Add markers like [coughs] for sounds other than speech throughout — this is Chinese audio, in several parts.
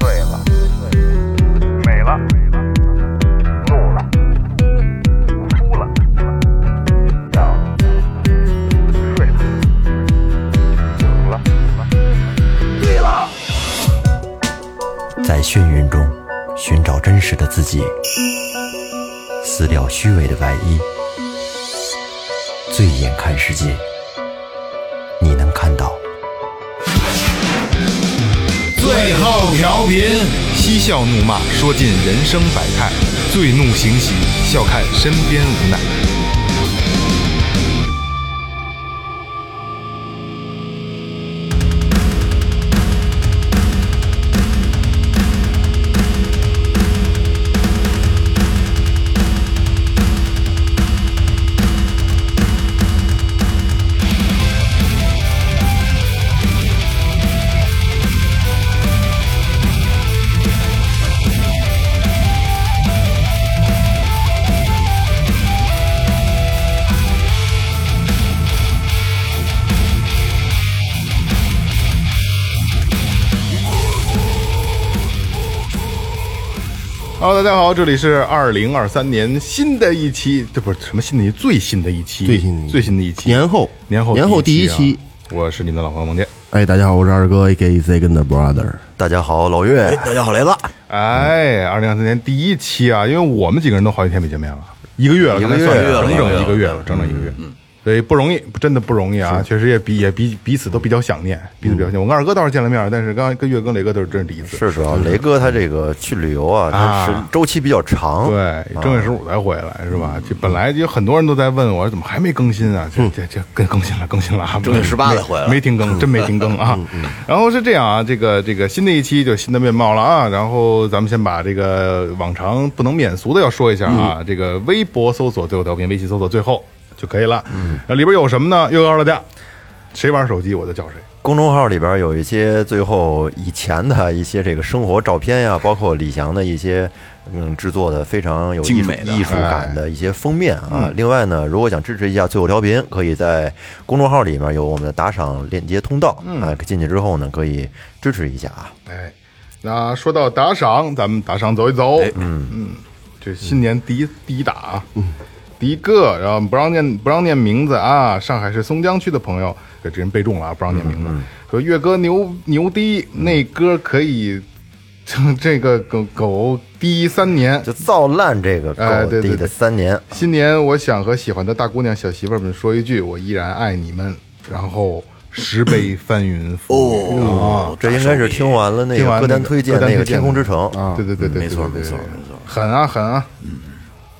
醉了，美了，怒了，哭了，笑了，睡了，醒了。在眩晕中寻找真实的自己，撕掉虚伪的外衣，醉眼看世界，你能看到。最后调频，嬉笑怒骂，说尽人生百态；醉怒行喜，笑看身边无奈。Hello，大家好，这里是二零二三年新的一期，这不是什么新的一期，最新的一期，最新的一期最新的一期，年后年后年后第第一一期啊，期我是你们的老朋友蒙健。哎，大家好，我是二哥，A.K.A. Second Brother。大家好，老岳。大家好，雷子。哎，二零二三年第一期啊，因为我们几个人都好几天没见面了，一个月了，一个刚才月算一下了整整一一个个月了，嗯整整一个月，所以不容易，真的不容易啊，确实也比也比彼此都比较想念，彼此比较想念。我跟二哥倒是见了面，但是刚才跟岳哥、跟雷哥都是真是第一次，是主要雷哥他这个去旅游啊，他啊是周期比较长。啊对，啊正月十五才回来是吧？这本来就很多人都在问我怎么还没更新啊？这这这更更新了，更新了啊！嗯正月十八才回来嗯没没停更，真没停更啊！ [laughs] 然后是这样啊，这个这个新的一期就新的面貌了啊。然后咱们先把这个往常不能免俗的要说一下嗯啊，这个微博搜索最后调频，微信搜索最后就可以了。嗯然后里边有什么呢？又告诉大家，谁玩手机我就叫谁。公众号里边有一些最后以前的一些这个生活照片呀、包括李翔的一些嗯制作的非常有艺精术美的艺术感的一些封面啊。嗯另外呢，如果想支持一下最后调频，可以在公众号里面有我们的打赏链接通道嗯啊，进去之后呢，可以支持一下啊。哎，那说到打赏，咱们打赏走一走。嗯嗯，这新年第一第一打啊，第一个，然后不让念不让念名字啊。上海市松江区的朋友，给这人被中了啊，不让念名字。说岳哥牛牛逼，那歌可以， [laughs] 这个狗狗第三年。就造烂这个哎对狗对地对的三年，新年，我想和喜欢的大姑娘、小媳妇儿们说一句，我依然爱你们。然后十杯翻云覆雨啊哦，这应该是听完了那听个完歌单推荐那个《的天空之城》嗯啊，对对对对，没错对对没错对没错狠啊狠啊！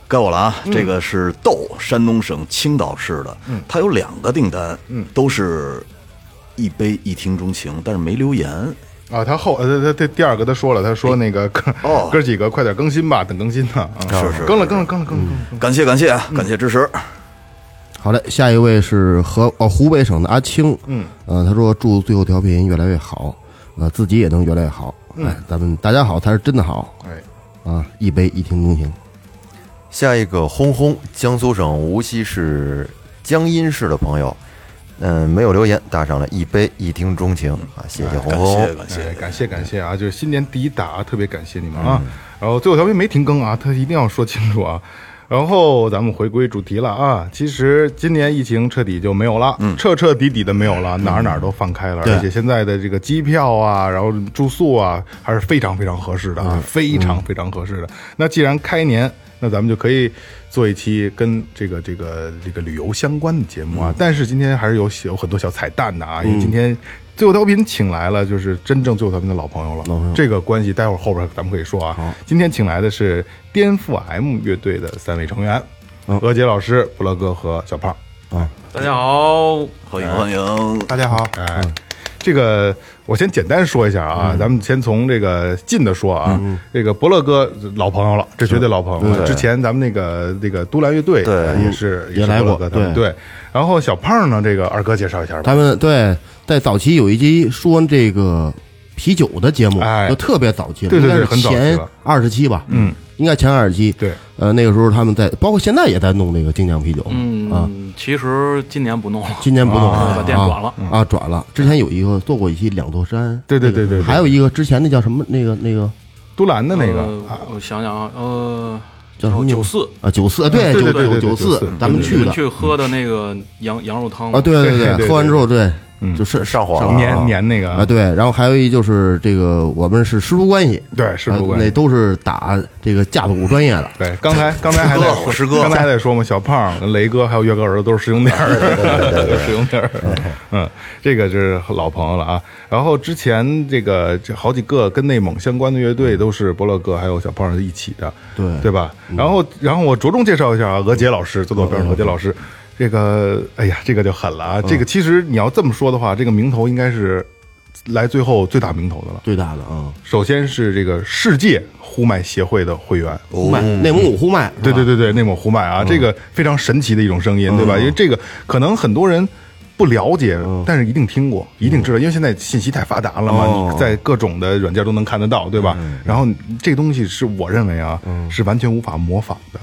该我了啊！这个是豆，山东省青岛市的，它有两个订单，都是一杯一听钟情，但是没留言。啊，他后呃，他他第二个他说了，他哎说那个哥哦哥几个快点更新吧，等更新呢啊，是是更了更了更了更了更了，感谢感谢啊，感谢支持。好嘞，下一位是河哦湖北省的阿青，嗯，呃，他说祝最后调频越来越好，呃，自己也能越来越好。嗯哎，咱们大家好才是真的好哎，啊！一杯一听钟情，下一个轰轰，江苏省无锡市江阴市的朋友，嗯，没有留言，打上了一杯一听钟情啊，谢谢感轰谢轰。哦感哎谢，感谢感谢啊，就是新年第一打，特别感谢你们啊，嗯然后最后调频没停更啊，他一定要说清楚啊。 [laughs] 然后咱们回归主题了啊！其实今年疫情彻底就没有了，嗯彻彻底底的没有了，哪儿哪儿都放开了，而且现在的这个机票啊，然后住宿啊，还是非常非常合适的啊，嗯非常非常合适的。那既然开年，那咱们就可以做一期跟这个这个这个旅游相关的节目嗯啊。但是今天还是有有很多小彩蛋的啊，因为今天最后调频请来了，就是真正最后调频的老朋友了。这个关系待会儿后边咱们可以说啊。今天请来的是颠覆 M 乐队的三位成员，娥杰老师、布乐哥和小胖。大家好，欢迎欢迎。大家好，哎，这个我先简单说一下啊，咱们先从这个近的说啊，这个伯乐哥老朋友了，这绝对老朋友了。之前咱们那个那个都兰乐队对呃也是也来过伯乐哥他们对对。然后小胖呢，这个二哥介绍一下吧。他们对在早期有一期说这个啤酒的节目哎，就特别早期了，对对对应该是很早期前了二十期吧，嗯，应该前二十期，对，呃，那个时候他们在，包括现在也在弄那个精酿啤酒，啊，嗯，其实今年不弄了，今年不弄了，啊把店啊转了啊，转了。之前有一个做过一期两座山，对对那对个对对还有一个之前那叫什么那个那个都兰的那个呃啊，我想想啊，呃，叫什么九四，啊九四，对嗯对对对九对九九四四，咱们对去你了们去喝的那个羊羊肉汤啊，对对对对对喝完之后对，嗯就是上火了火粘粘那个啊，对，然后还有一就是这个我们是师徒关系，对师徒啊关系那都是打这个架赌专业的，对，刚才刚才还在师哥师哥刚才还在说嘛，小胖、雷哥还有岳哥儿子都是师兄弟儿，都是 [laughs] 师兄弟儿。嗯，这个是老朋友了啊。然后之前这个这好几个跟内蒙相关的乐队都是伯乐哥还有小胖一起的，对对吧？然后然后我着重介绍一下啊，俄杰老师，坐在我边上的俄杰老师。这个，哎呀，这个就狠了啊！这个其实你要这么说的话，这个名头应该是来最后最大名头的了。最大的啊，首先是这个世界呼麦协会的会员，哦呼麦内蒙古呼麦，是吧对对对对，内蒙呼麦啊，这个非常神奇的一种声音，对吧？因为这个可能很多人不了解，但是一定听过，一定知道，因为现在信息太发达了嘛，你在各种的软件都能看得到，对吧？然后这东西是我认为啊，是完全无法模仿的，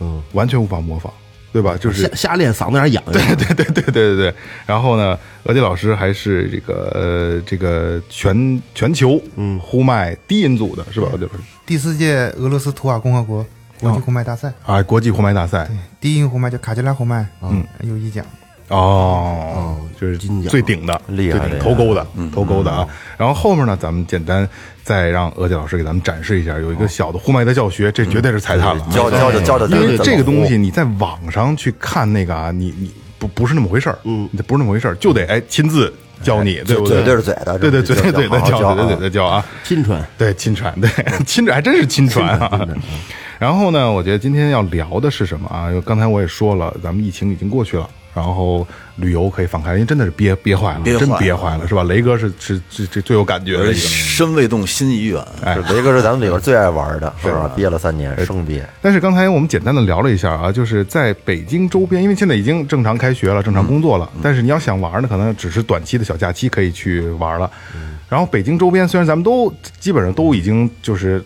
嗯，完全无法模仿，对吧？ [laughs] 就是瞎瞎练嗓子眼痒痒， [laughs] 对对对对对对。然后呢，俄杰老师还是这个呃这个全全球嗯呼麦低音组的是吧？俄杰老师第四届俄罗斯图瓦共和国国际呼麦大赛，啊，国际呼麦大赛对，第一名呼麦叫卡吉拉呼麦，嗯，有一奖。哦，就是金奖最顶的，厉害最顶厉害头钩的，头钩的啊。然后后面呢，咱们简单再让俄杰老师给咱们展示一下，有一个小的呼麦的教学，这绝对是踩踏了啊。教教教教教，因为这个东西你在网上去看那个啊，你你不不是那么回事儿，嗯，不是那么回事儿，就得哎亲自教你，对不嘴对？对着嘴的对对这个嘴对嘴的好好教，教嘴对啊嘴的教啊。[laughs] 亲传，对，亲传， [laughs] 对，亲传还真是亲传啊。然后呢，我觉得今天要聊的是什么啊？因为刚才我也说了，咱们疫情已经过去了，然后旅游可以放开了，因为真的是憋憋坏了，憋坏真了憋坏了，是吧？雷哥是是这这最有感觉的一而个且身未动，心已远。是雷哥是咱们里边最爱玩的，是吧？憋了三哎年，生憋，但是刚才我们简单的聊了一下啊，就是在北京周边，因为现在已经正常开学了，正常工作了，嗯但是你要想玩呢，可能只是短期的小假期可以去玩了。然后北京周边虽然咱们都基本上都已经就是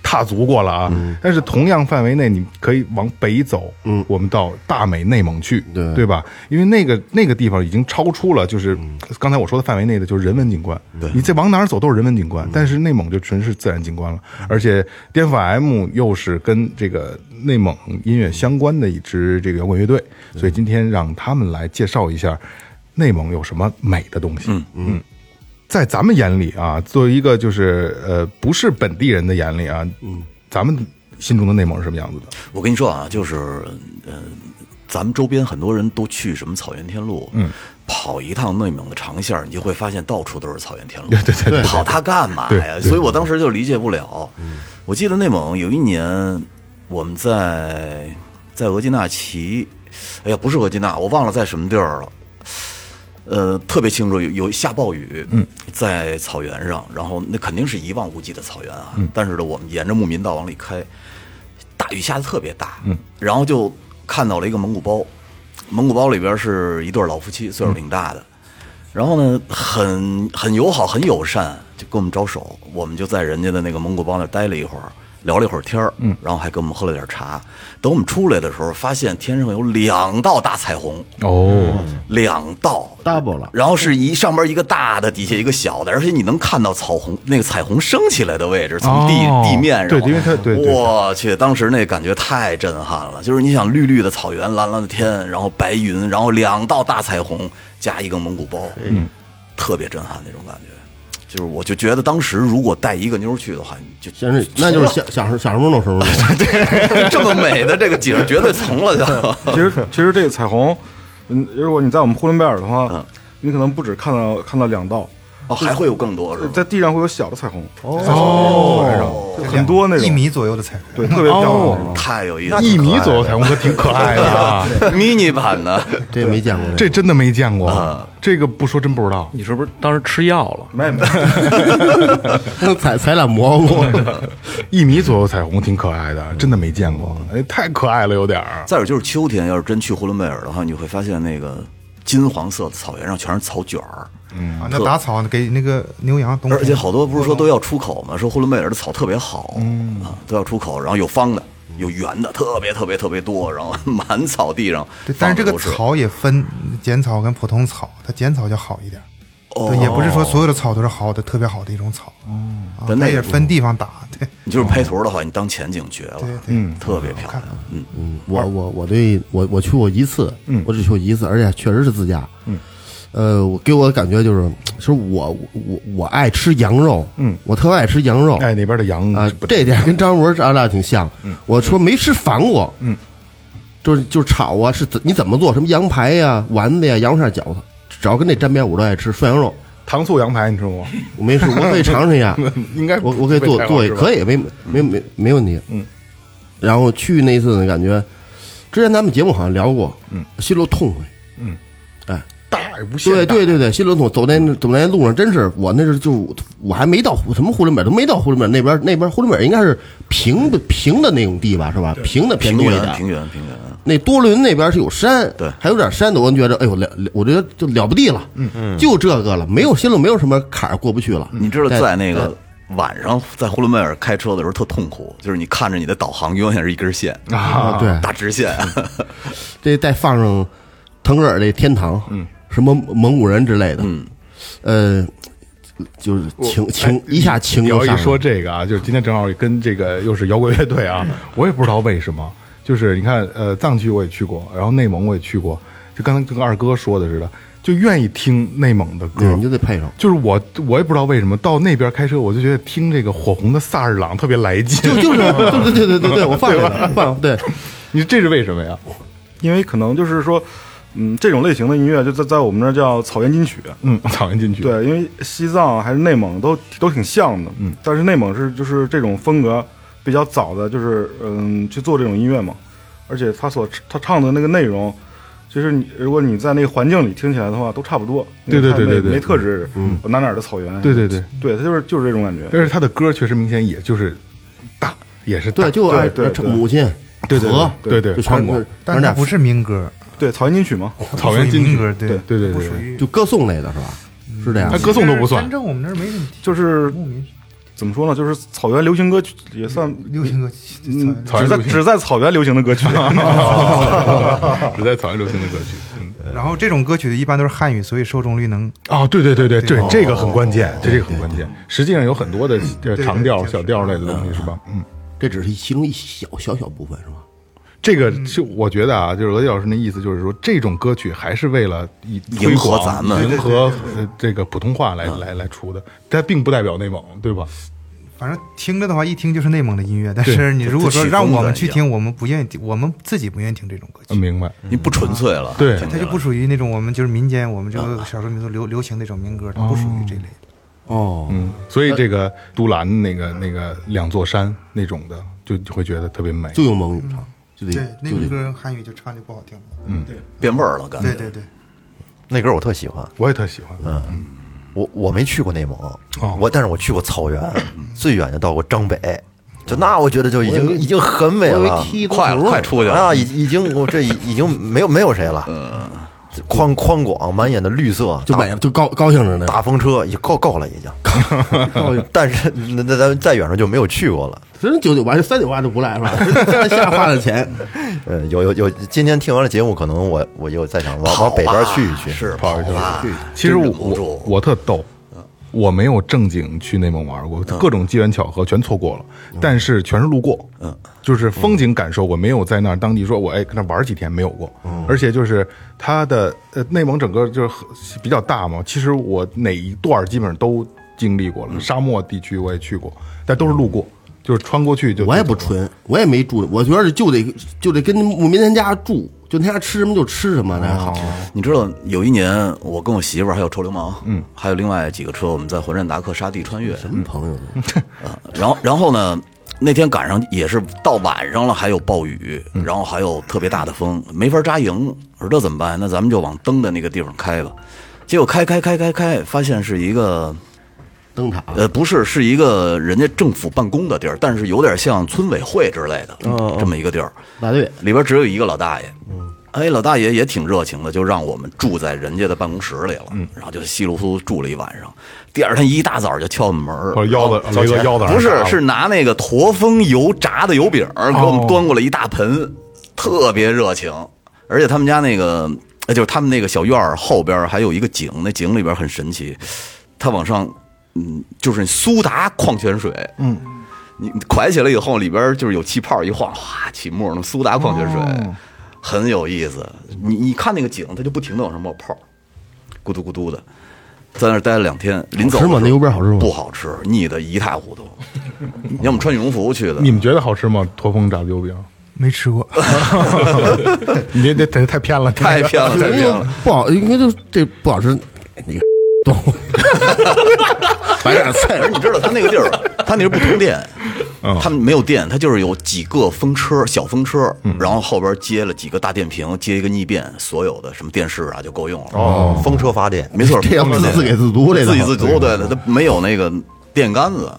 踏足过了啊，但是同样范围内，你可以往北走，嗯，我们到大美内蒙去，对对吧？因为那个那个地方已经超出了就是刚才我说的范围内的，就是人文景观。嗯对，嗯你再往哪儿走都是人文景观，但是内蒙就纯是自然景观了。而且颠覆 M 又是跟这个内蒙音乐相关的一支这个摇滚乐队，所以今天让他们来介绍一下内蒙有什么美的东西。嗯嗯。在咱们眼里啊，作为一个就是呃不是本地人的眼里啊，嗯，咱们心中的内蒙是什么样 [laughs] 子的？我跟你说啊，就是呃，咱们周边很多人都去什么草原天路，嗯，跑一趟内蒙的长线儿，你就会发现到处都是草原天路，对对对嗯跑它干嘛对呀？所以我当时就理解不了。我记得内蒙有一年，我们在在额济纳旗，哎呀，不是额济纳，我忘了在什么地儿了。呃，特别清楚，有有下暴雨，嗯，在草原上，然后那肯定是一望无际的草原啊。但是呢，我们沿着牧民道往里开，大雨下的特别大，嗯，然后就看到了一个蒙古包，蒙古包里边是一对老夫妻，岁数挺大的，然后呢，很很友好，很友善，就跟我们招手，我们就在人家的那个蒙古包那儿待了一会儿。聊了一会儿天儿，嗯，然后还给我们喝了点茶。等我们出来的时候，发现天上有两道大彩虹，哦，两道 double 了然后是一上边一个大的，底下一个小的，而且你能看到草虹那个彩虹升起来的位置，从地、哦地面上。对因为它对对对我去，当时那感觉太震撼了，就是你想绿绿的草原，蓝蓝的天，然后白云，然后两道大彩虹加一个蒙古包，嗯，特别震撼那种感觉。就是我就觉得当时如果带一个妞儿去的话，你就先是那就是想想想什么弄 [laughs] 什么弄， [laughs] 这么美的这个景儿绝对从了就。 [laughs] 其实其实这个彩虹，嗯，如果你在我们呼伦贝尔的话，你可能不止看到看到两道，嗯哦，还会有更多是吧？在地上会有小的彩虹，哦，海上很多那种，一米左右的彩虹，对，特别漂亮。太有意思了，一米左右彩虹可挺可爱的啊， [laughs] mini 版的。这没见过 [laughs] 这这真的没见过，这个不说真不知道。你是不是当时吃药了？没没，个，采采 [laughs] 俩蘑菇，一米左右彩虹挺可爱的，真的没见过，哎，太可爱了，有点儿。再有就是秋天，要是真去呼伦贝尔的话，你会发现那个金黄色的草原上全是草卷儿，啊，那打草给那个牛羊冬天，而且好多不是说都要出口嘛，说呼伦贝尔的草特别好，嗯啊，都要出口，然后有方的，有圆的，特别特别特别多，然后 [laughs] 满草地上对，放但是的这都个是，草也分剪草跟普通草，它剪草就好一点，哦哦对，也不是说所有的草都是好的，特别好的一种草，啊但那它也个分地方打，对你就是拍图的话，你当前景绝了对，对，嗯，特别漂亮，嗯，我我我对我我去过一次，嗯，我只去过一次，而且确实是自驾，嗯，呃，我给我的感觉就是，其实我我我爱吃羊肉，嗯，我特爱吃羊肉，哎，那边的羊啊是不，这点跟张文咱俩挺像，我说没吃烦过，嗯，就是就是炒啊，是怎你怎么做，什么羊排呀、丸子呀、羊肉馅饺子，只要跟这沾边，我都爱吃涮羊肉，糖醋羊排，你吃过吗？我没吃，我可以尝尝一 [laughs] 下，应该我我可以做做也可以。以，没没没没问题。嗯，然后去那一次呢，感觉之前咱们节目好像聊过，嗯，心里头痛快，嗯，哎，大无限对大对对对，心里头痛。走在那走在那路上，真是我那是就我还没到胡什么呼伦贝尔，都没到呼伦贝尔那边那边呼伦贝尔应该是平的平的那种地吧，是吧？平的偏平多一原平点。原平原，那多伦那边是有山，对还有点山的，我觉得，哎呦了，了我觉得就了不地了，嗯嗯，就这个了，没有心里没有什么坎儿过不去了。你知道但在那个。晚上在呼伦贝尔开车的时候特痛苦，就是你看着你的导航永远是一根线，啊，对，大直线，这再放上腾格尔这天堂，嗯，什么蒙古人之类的，嗯，呃，就是情情一下情你就要上一来说了，这个啊，就是今天正好跟这个又是摇滚乐队 [laughs] 啊，我也不知道为什么，就是你看，呃，藏区我也去过，然后内蒙我也去过，就刚才跟二哥说的似的，就愿意听内蒙的对，歌。嗯你。就得配上就是我，我也不知道为什么到那边开车，我就觉得听这个火红的萨日朗特别来劲。就就是，对对对对对对，我放这个，放对， [laughs] 你这是为什么呀？因为可能就是说，嗯，这种类型的音乐就在在我们那儿叫草原金曲，嗯，讨厌进去。，对，因为西藏还是内蒙都都挺像的，嗯，但是内蒙是就是这种风格比较早的，就是嗯去做这种音乐嘛，而且他所他唱的那个内容，其实你如果你在那个环境里听起来的话，都差不多，对对因为它对对没对嗯没特指我哪哪儿的草原，对对对，对，他就是就是这种感觉，但是他的歌确实明显，也就是大，也是大对，就爱对对对母亲，对对河，对对就对，全看过是，但咱是俩它不是民歌，对草原金曲嘛，草原金民曲歌，对对对对不对属于就歌颂类的是吧？嗯是这样他，歌颂都不算反。正我们这儿没什么就是牧民怎么说呢，就是草原流行歌曲也算。流行歌，嗯，草只原在流行只在草原流行 [laughs] 的歌曲，只在草原流行的歌曲。嗯，然后这种歌曲一般都是汉语，所以受众率能哦，对对对对对哦，这个很关键，这个很关键。实际上有很多的呃对长调、就是小调类的东西，是吧？嗯，这只是其中一小小小部分是吧？这个就我觉得啊，就是俄迪老师那意思，就是说这种歌曲还是为了以推迎合广咱们嗯迎合呃这个普通话来来来出的，它并不代表内蒙，对吧？反正听着的话，一听就是内蒙的音乐。但对是你如果说这曲风让我不太们一去样听，我们不愿意听，我们自己不愿意听这种歌曲，嗯明白。你不纯粹了，对听起它就来不属于那种我们就是民间，我们就是少数民族流流行那种民歌，它不属于这类的。哦，嗯，所以这个都兰那个那个两座山那种的，就就会觉得特别美。就用蒙语唱，就得哦那就民得歌汉语就唱就不好听了。变味儿了，感觉对对对，那歌我特喜欢，我也特喜欢。哦嗯，我我没去过内蒙，我但是我去过草 [clears throat] 原，最远就到过张北，就那我觉得就已经已经很美我以为了，踢足快了，球快出去了。啊，已已经我这已已经没有没有谁了，宽宽广满眼的绿色，就买就高高兴着呢，大风车也够够了已 [laughs] 经，但是那那咱再远了就没有去过了。真九九八三九八就不赖是吧？ [laughs] 瞎花的钱，呃，有有有，今天听完了节目，可能我我又再想往跑往北边吧去一哦去，是跑吧？其实我真忍不我住我特逗，我没有正经去内蒙玩过，嗯各种机缘巧合全错过了，但是全是路过。嗯，就是风景感受，我没有在那儿当地说我哎跟那玩几天没有过，嗯而且就是它的呃内蒙整个就是很比较大嘛，其实我哪一段基本上都经历过嗯了，沙漠地区我也去过，但都是路过，就是穿过去就我也不纯，我也没住，我觉得就得就得跟牧民人家住，就他家吃什么就吃什么，那好。哦你知道有一年，我跟我媳妇儿还有臭流氓，嗯，还有另外几个车，我们在环山达克沙地穿越，什么朋友呢？ [laughs] 啊然后然后呢，那天赶上也是到晚上了，还有暴雨，然后还有特别大的风，没法扎营。我说这怎么办？那咱们就往灯的那个地方开吧。结果开开开开开，发现是一个灯塔呃，不是，是一个人家政府办公的地儿，但哦是有点像村委会之类的、这么一个地儿。大队嗯里边只有一个老大爷，哎，老大爷也挺热情的，就让我们住在人家的办公室里了，嗯然后就稀里糊涂住了一晚上。第二天一大早就敲门儿，我哦腰子然后雷哥腰子不是上是拿那个驼峰油炸的油饼儿给我们端过来一大盆，特别热情。而且他们家那个，呃就是他们那个小院儿后边儿还有一个井，那井里边儿很神奇，它往上，嗯，就是苏打矿泉水，嗯。你蒯起来以后，里边儿就是有气泡，一晃哗起沫儿，那苏打矿泉水、哦很有意思。你你看那个井，它就不停的往上冒泡儿，咕嘟咕嘟的，在那儿待了两天。临走好吃吗的时那候油饼好吃吗不好吃，腻的一塌糊涂。你要么穿羽绒服去的，你们觉得好吃吗？驼峰炸的油饼，没吃过，你这这太太骗了，太了。偏了，太偏了。不好，应该就这不好吃，你懂？白点菜 [laughs] 而你知道他那个地儿，他那是不通电，嗯他们没有电，他就是有几个风车、小风车，嗯然后后边接了几个大电瓶，接一个逆变，所有的什么电视啊就够用了。哦，风车发电，没错，这要不自给自足这自给套自足，对，他没有那个电杆子，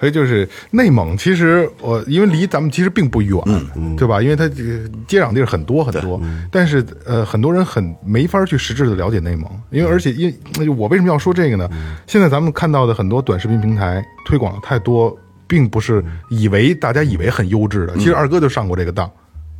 所以就是内蒙，其实我因为离咱们其实并不远，嗯对吧？因为它这个接壤地儿很多很多，但是呃，很多人很没法去实质的了解内蒙，因嗯为而且因那就我为什么要说这个呢？现在咱们看到的很多短视频平台推广了太多，并不是以为大家以为很优质的，嗯其实二哥就上过这个当，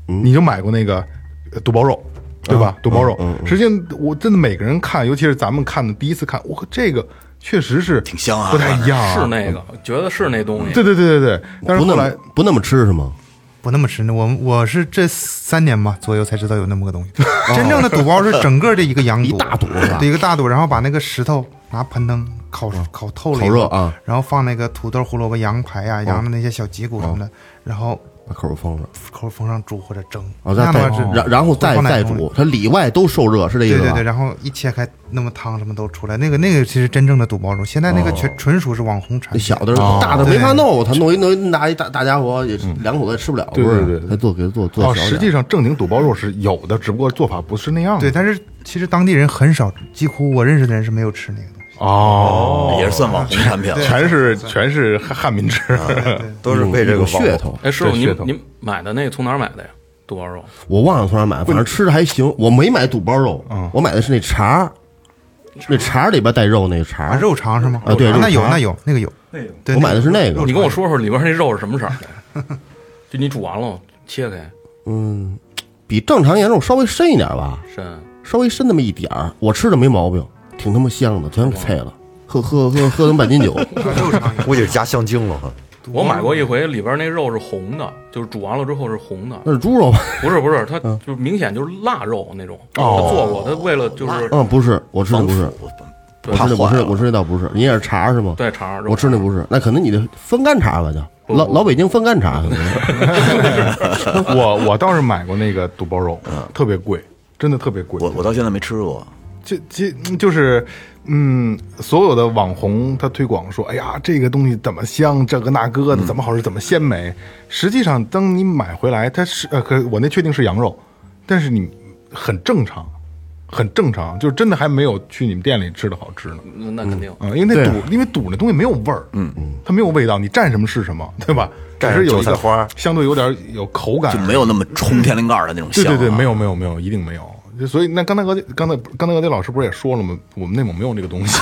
你就买过那个呃肚包肉。对嗯吧？肚包肉，实际上我真的每个人看，尤其是咱们看的第一次看，我靠，这个确实是挺香啊不太一样啊，是那个，觉得是那东 [laughs] 西。对对对对对，但是不后那来么不那么吃是吗？不那么吃呢。我我是这三年吧左右才知道有那么个东西。真正的肚包是整个的一个羊肚，一大肚子，一个大肚，然后把那个石头拿盆灯烤烤透了以后，嗯烤热啊哦然后放那个土豆、胡萝卜、羊排啊、羊的那些小脊骨什么的，然后把口儿封上，口封上煮或者蒸，哦，再那么再是然然后再放奶再中煮，它里外都受热，是这意对思吧？对对，然后一切开，那么汤什么都出来，那个那个其实真正的肚包肉，现在那个全纯属是网红产那品。哦哦小的哦大的没法弄，他弄一弄一大一大大家伙也两口子也吃不了，嗯对不是对对对他做给做做哦，小点儿实际上正经肚包肉是有的，只不过做法不是那样的。对，但是其实当地人很少，几乎我认识的人是没有吃那个东西。哦，也是算网红产品了。全是全是汉汉民吃，啊都是为这有个嗯噱头。哎，师傅，这您噱头您买的那个从哪儿买的呀？肚包肉我忘了从哪儿买，反正吃的还行。我没买肚包肉，我买的是那肠儿，那肠儿里边带肉那个肠啊，儿。肉肠是吗？啊对肉肠那有那有那个有，对，我买的是那个你，跟我说说里边那肉是什么色儿的？ [laughs] 就你煮完了切开嗯比正常羊肉稍微深一点吧，深，稍微深那么一点儿。我吃的没毛病，挺他妈香的，全给啐了。喝喝喝喝成半斤酒，肉肠有。估计是加香精了哈。我买过一回，里边那肉是红的，就是煮完了之后是红的。那是猪肉吧？不是不是，它嗯就是明显就是腊肉那种。哦，他做过，他为了就是嗯，不是，我吃的防不是腐，，我怕吃的不坏是，了我。吃那倒不是。你也是肠儿是吗？对肠儿肉我吃那不是，那可能你的风干肠儿吧，叫老老北京风干肠儿可能是。 [laughs] [laughs] 我我倒是买过那个肚包肉，嗯特别贵，真的特别贵。我我到现在没吃过，就就就是，嗯，所有的网红他推广说，哎呀，这个东西怎么香，这个那个的，怎么好吃，怎么鲜美。实际上，当你买回来，它是呃，可我那确定是羊肉，但是你很正常，很正常，就真的还没有去你们店里吃的好吃呢。那那肯定。啊、因为那对啊肚，因为肚那东西没有味儿，嗯嗯，它没有味道，你蘸什么是什么，对吧？只蘸是有一韭个菜花相对有点有口感，就没有那么冲天灵盖儿的那种对香啊。哎对对，没有没有没有，一定没有。就所以那刚才俄刚才刚才俄迪老师不是也说了吗？我们内蒙没有这个东西，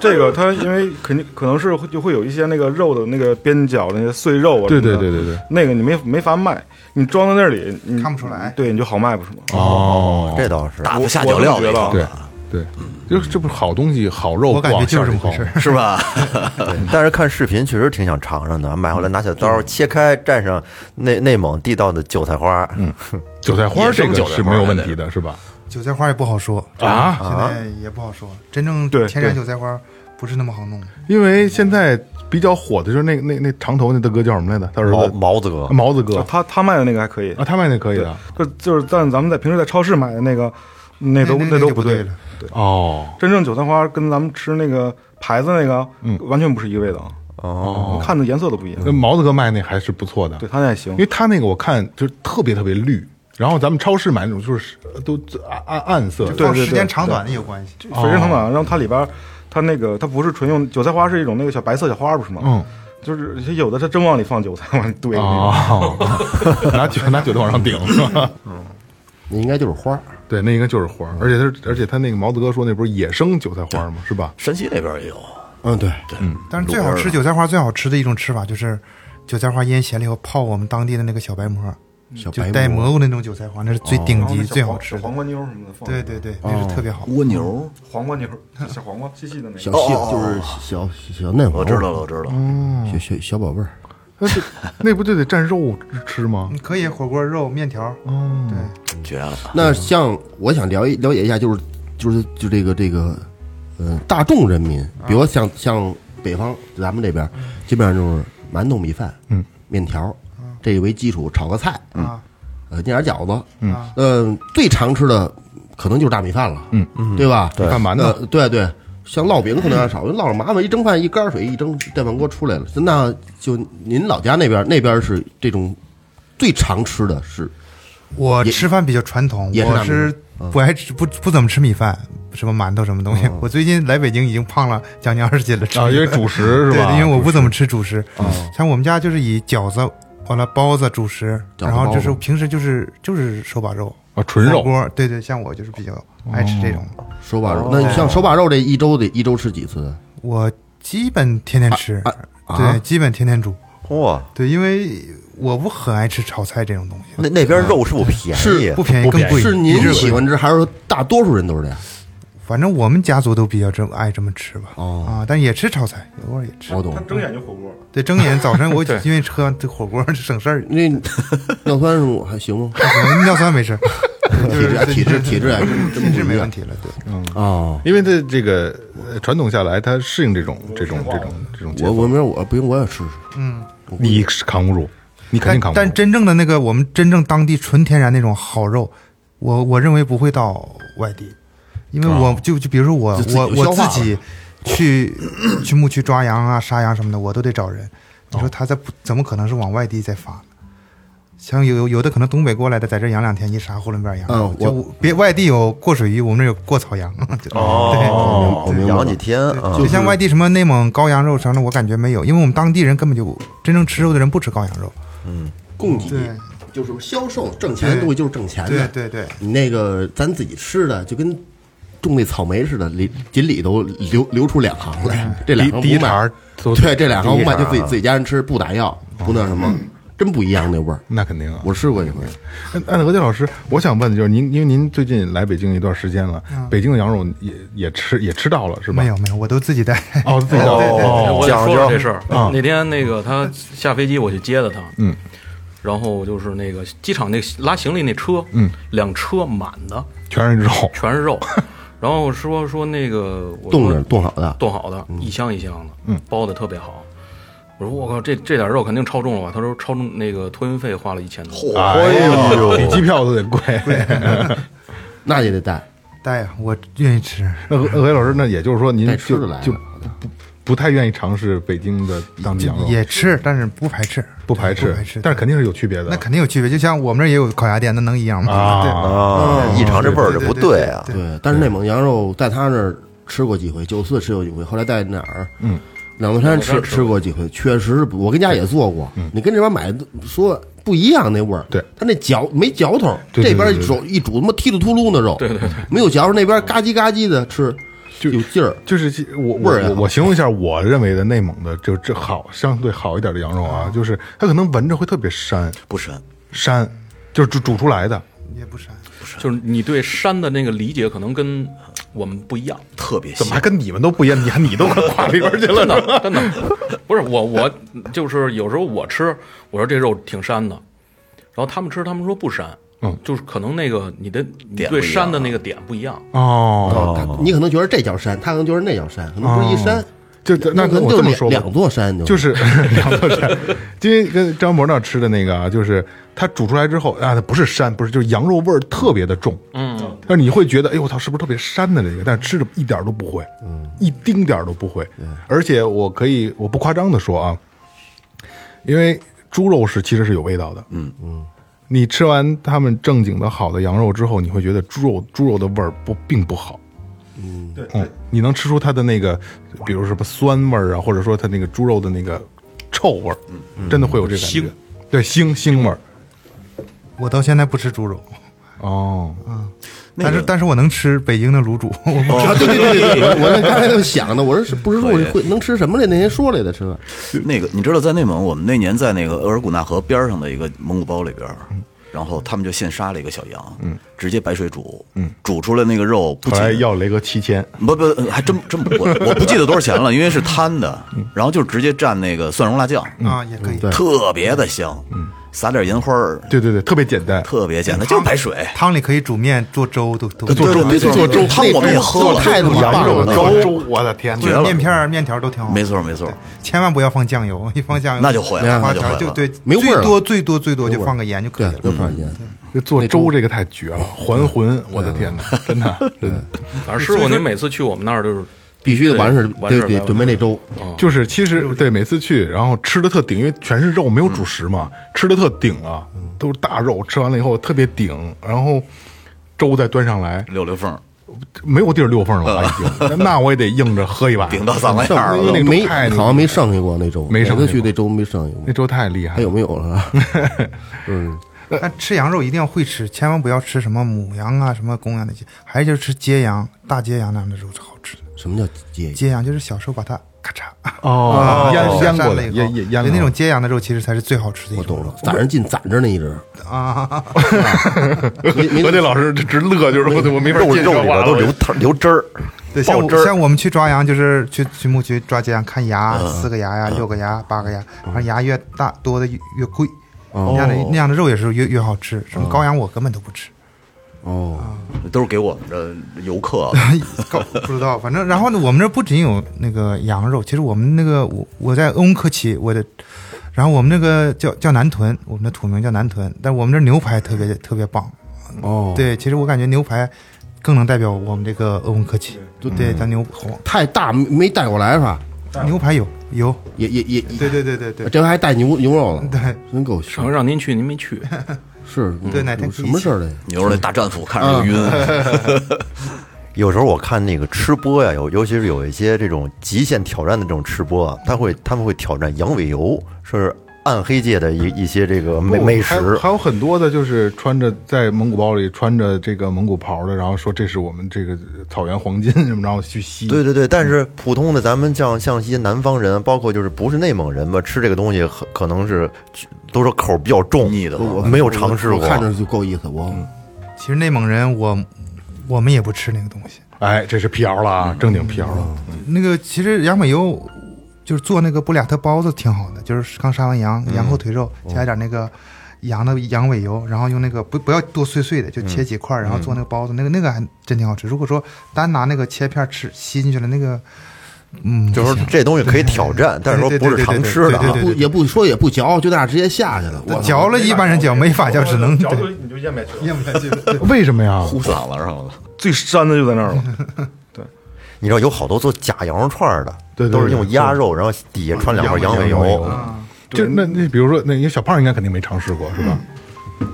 这个它因为肯定可能是会就会有一些那个肉的那个边角的那些碎肉啊什对么的，对对对对那个你没没法卖，你装在那里你看不出来对，你就好卖不是吗？哦，这倒是。打发下脚料的一方啊对法，对， [laughs] 就是这不是好东西，好肉我不感觉往馅就儿是这里么放回吗，事儿。是吧？但是看视频确实挺想尝尝的，买回来拿小刀切开，蘸上内内蒙地道的韭菜花，嗯，韭菜花野这生个韭菜是花没有那问得题的，是吧？韭菜花也不好说啊，现在也不好说，真正对天然对韭菜花不是那么好弄的。因为现在比较火的就是那那那长头那大哥叫什么来着？他儿毛子毛子哥，毛子哥他他卖的那个还可以啊，，他卖那可以的就就是但咱们在平时在超市买的那个，那都那那都就不对对了。哦。真正韭菜花跟咱们吃那个牌子那个，完全不是一个味道，哦，看的颜色都不一样。嗯那毛子哥卖那还是不错的，对，他那也行因，为他那个我看就是特别特别绿，然后咱们超市买那种就是呃都暗暗暗色的，对放对哦时间对长短也有关系。水生成本，然后它里边儿它那个它不是纯用韭菜花，是一种那个小白色小花，不是吗？嗯，就是 [laughs] 有的它真往里放韭菜，往里堆那种。哦，拿酒拿酒都往上顶，那应该就是花儿。对，那应该就是花儿，而且它，而且它那个毛子哥说那不是野生韭菜花吗？是吧？山西那边也有，嗯，对，对，但是最好吃韭菜花最好吃的一种吃法就是韭菜花腌咸了以后泡我们当地的那个小白馍，小就白带馍蘑菇那种韭菜花，那是最顶级、哦然后那小最好黄吃小的黄。瓜妞什么的放，对对，对，那是特别好。蜗牛，黄瓜妞，小黄瓜细细的那小个，细哦就是小小嫩黄，我知道了，我知道了。小小小宝贝儿。那就那不就得蘸肉吃吗？嗯，可以火锅、肉、面条，对，绝了！那像我想了解了解一下，就是就是就这个这个，呃，大众人民，比如像像北方咱们这边，基本上就是馒头、米饭，嗯，面条，这为基础，炒个菜，啊，呃，捏点饺子，嗯，呃，最常吃的可能就是大米饭了，嗯嗯，对吧？干馒头呃，对对，像烙饼可能要少，因为烙上麻烦，一蒸饭一干水一蒸，电饭锅出来了。那就您老家那边那边是这种最常吃的是我吃饭比较传统，也是大我米是不爱吃不不怎么吃米饭，什么馒头什么东西。我最近来北京已经胖了将近二十斤了，吃啊，米因为饭主食是对，吧？因为我不怎么吃主食。哦像我们家就是以饺子，完了包子主食，饺子然后就包是子平时就是就是手把肉，啊纯火肉，锅。对对，像我就是比较爱吃哦这种。手把肉。那你像手把肉这一周得一周吃几次？我基本天天吃，啊对，基本天天煮。哇，对，因为我不很爱吃炒菜这种东西，那那边肉是不便宜是，不便宜更哎贵。是一直您贵喜欢吃，还是说大多数人都是这样？反正我们家族都比较这爱这么吃吧。哦啊，但也吃炒菜，偶尔也吃我。懂它。睁眼就火锅，对，睁眼早晨我因为喝完这火锅 [laughs] 省事儿，那尿酸是还行吗？尿酸 [laughs] 没事，体质体质体质啊， [laughs] 体质没问题了。对。哦。因为它这个呃传统下来，它适应这种这种这种这种节我奏。我没事，我不行，我也试试。你是扛不住，你肯定扛不但住。真正的那个我们真正当地纯天然那种好肉，我我认为不会到外地，因为我就就比如说我啊就自己我就消我化自了己去 [coughs] 去牧区抓羊啊、杀羊什么的，我都得找人。你哦说他在不怎么可能是往外地再发呢？像有有有的可能东北过来的，在这养两天一杀呼伦贝尔羊，嗯就我别外地有过水鱼，我们这有过 [laughs] 草羊。哦，对对养几天啊对，就？像外地什么内蒙羔羊肉啥的，我感觉没有，因为我们当地人根本就真正吃肉的人不吃羔羊肉。供给对就是销售挣钱的东西就是挣钱的。对对对你那个咱自己吃的就跟种那草莓似的，里锦鲤都流流出两行来，这两行第一茬不卖儿都，对，这两行不卖第一茬就啊自己自己家人吃，不打药，不那什么，真不一样那味儿。那肯定啊！我试过一回，哎哎，何健老师，我想问的就是您，因为您最近来北京一段时间了，北京的羊肉也也吃也吃到了是吧？没有没有，我都自己带。哦，自己到我哦，也说哎讲了究这事儿。那天那个他下飞机，我去接的他，嗯，然后就是那个机场那个拉行李那车，嗯，两车满的全是肉，全是肉，然后说说那个我说冻着冻好的，冻好的，一箱一箱的，嗯，包的特别好。我说我靠，这这点肉肯定超重了吧？他说超重，那个托运费花了一千多。哎呦，比机票都得贵。那也得带。 [laughs] 带呀，我愿意吃。那何何健老师，那也就是说您带吃就的来就了不不太愿意尝试北京的当地羊肉，也吃，但是不排斥，不排不斥排斥，但是肯定是有区别的。那肯定有区别。就像我们这儿也有烤鸭店，那能一样吗？啊啊，一尝这味儿就不对啊。对，但是内蒙羊肉在他那儿吃过几回，九四吃过几回，后来在哪儿？嗯，两座山吃吃过几回，确实是不，我跟家也做过。你跟这边买说不一样那味儿，嗯对他那嚼没嚼头，对对这边对一对煮一煮他妈剔噜秃噜的肉，对对对，没有嚼头，那边嘎叽嘎叽的吃，就有劲儿。就是其我味儿也我好我形容一下，我认为的内蒙的就这好相对好一点的羊肉啊，就是它可能闻着会特别膻不深，膻，就是煮煮出来的。也不膻。就是你对山的那个理解可能跟我们不一样，特别怎么还香。跟你们都不一样？你还你都快跨里边去了 [laughs] 真的真的不是我我就是有时候我吃，我说这肉挺膻的，然后他们吃他们说不膻，嗯，就是可能那个你的你点不对一样啊膻的那个点不一 [laughs] 样，哦，他你可能觉得这叫山，他可能觉得那叫山，可能不是一山，就就那可能我就这么两说吧，两座山，就是 [laughs] 两座山，因为跟张博那儿吃的那个啊，就是它煮出来之后啊，它不是膻，不是，就是羊肉味儿特别的重，嗯，但是你会觉得，哎呦我操，是不是特别膻的这个？但是吃着一点儿都不会，嗯，一丁点儿都不会，而且我可以我不夸张的说啊，因为猪肉是其实是有味道的，嗯嗯。你吃完他们正经的好的羊肉之后，你会觉得猪肉猪肉的味儿不并不好，对对嗯，，你能吃出它的那个，比如什么酸味儿啊，或者说它那个猪肉的那个臭味儿，真的会有这感觉。腥对，腥腥味儿。我到现在不吃猪肉，哦，那但个嗯哦是但是我能吃北京的卤煮， [laughs] 我不啊，对对对对对，我我刚才就想呢，我说是不是说我会能吃什么来？那天说来的吃的，那个，你知道，在内蒙，我们那年在那个额尔古纳河边上的一个蒙古包里边儿，然后他们就现杀了一个小羊，嗯，直接白水煮，嗯，煮出来那个肉不后来仅要雷哥七千，不不还真真不贵，我不记得多少钱了，因为是摊的，然后就直接蘸那个蒜蓉辣酱，啊也可以。对特别的香，嗯，撒点银花儿，对对对，特别简单，特别简单，就是白水。汤里可以煮面、做粥都都对对对对做对粥汤我们也喝做太了，他妈羊棒肉了粥粥，我的天绝哪！了面片儿、面条都挺好。没错没错，千万不要放酱油，一放酱油那就毁了花那就条毁就了对，没味最儿了多最多最多就放个盐就可以对，多了。少钱？这做粥这个太绝了，还魂，我的天哪，真的，真的。反正师傅您每次去我们那儿就是嗯必须得完事儿对完得事儿嗯得来准备那粥，就是其实对每次去，然后吃的特顶，因为全是肉，没有主食嘛，吃的特顶啊，都是大肉，吃完了以后特别顶，然后粥再端上来，溜溜缝，没有地儿溜缝了，已经， [laughs] 那我也得硬着喝一碗。呃顶到嗓子眼剩儿因为了那。粥没太好像没剩下过那粥，没剩下每次去过那粥没剩下过那，粥太厉害还了，有没有了？但吃羊肉一定要会吃，千万不要吃什么母羊啊、什么公羊那些，还有就是吃街羊、大街羊那样的肉是好吃的。什么叫接街羊就是小时候把它咔嚓哦腌腌过了的，以腌后，腌腌对过哎那种街羊的肉其实才是最好吃的一我种懂了肉。，攒着劲攒着呢一直，啊，没没何队老师这直乐，就是我我没法肉接肉里边都流汤流汁儿，对，像爆汁我儿。像我们去抓羊，就是去去牧区抓街羊，看牙，四个嗯牙呀，六个牙，八个牙，反正牙越大多的越越贵，哦哦那样的那样的肉也是越越好吃。什嗯么羔羊我根本都不吃，哦，都是给我们这游客， [laughs] 羔哎不知道，反正然后呢，我们这不仅有那个羊肉，其实我们那个我我在翁科旗，我的，然后我们那个叫叫南屯，我们的土名叫南屯，但我们这牛排特别特别棒。哦，对，其实我感觉牛排更能代表我们这个鄂温克旗，对，咱牛红太大没没带过来是吧？牛排有有，也也也，对对对对对这回还带牛牛肉了，对，真够上香。回让您去，您没去，是，对嗯哪天有什么事儿来？你说那大战斧看着就晕。有时候我看那个吃播呀，有尤其是有一些这种极限挑战的这种吃播啊，他会他们会挑战羊尾油，是暗黑界的一一些这个美不美还有食。还有很多的，就是穿着在蒙古包里穿着这个蒙古袍的，然后说这是我们这个草原黄金什么，然后去吸。对对对，但是普通的咱们像像一些南方人，包括就是不是内蒙人吧，吃这个东西很可能是都说口儿比较重，腻的我没有尝试我过。看着就够意思。我其实内蒙人我我们也不吃那个东西，哎，这是辟谣了啊，正经辟谣了。那个其实杨美油就是做那个布俩特包子挺好的，就是刚杀完羊，羊后腿肉加一点那个羊的羊尾油，然后用那个不不要剁碎碎的，就切几块儿，然后做那个包子，那个那个还真挺好吃。如果说单拿那个切片儿吃吸进去了，那个嗯，就是说不行这东西可以挑战，但是说对对不是对对常对吃的对啊对。不也不说也不嚼，就那样直接下去了。我操嚼了一般人嚼没法嚼，只能对你就咽不下去，咽不下去。嗯为什么呀？哭嗓子上了，最膻的就在那儿 [laughs] 了。你知道有好多做假羊肉串儿的，对对都是对用鸭肉，然后底下穿两块羊尾羊尾油油。嗯嗯就那那比如说，那因为小胖应该肯定没尝试过，是吧？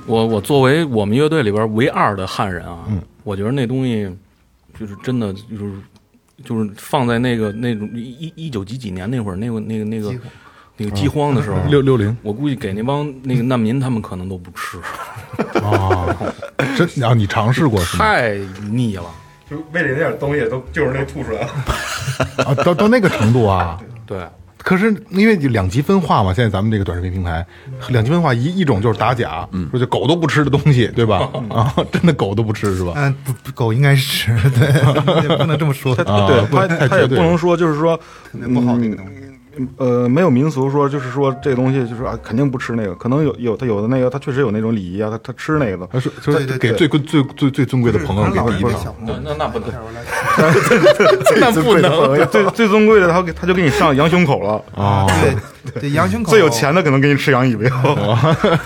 我我作为我们乐队里边唯二的汉人嗯啊，我觉得那东西就是真的就是就是放在那个那种一一九几几年那会儿那个那个那个那个饥荒的时候，六嗯六零我估计给那帮那个难民他们可能都不吃，啊，真然后你尝试过是吗？太腻了。就胃里那点东西都就是那吐出来 [laughs] 了。啊，到到那个程度啊。对，可是因为两极分化嘛，现在咱们这个短视频平台两极分化一一种就是打假，说就狗都不吃的东西，对吧？啊，真的狗都不吃是吧？嗯，不，不狗应该是吃，对，也不能这么说。啊对不他太他也绝对不能说就是说不好那个东西。呃，没有民俗说，就是说这东西就是啊，肯定不吃那个，可能有有他有的那个，他确实有那种礼仪啊，他他吃那个的，他说说对对给最贵最最最尊贵的朋友老给一你辈上小朋对友，那那不能那不 [laughs] 哎能对最最尊贵的他给他就给你上羊胸口了，啊，哦对对，羊胸口最有钱的可能给你吃羊尾巴。哦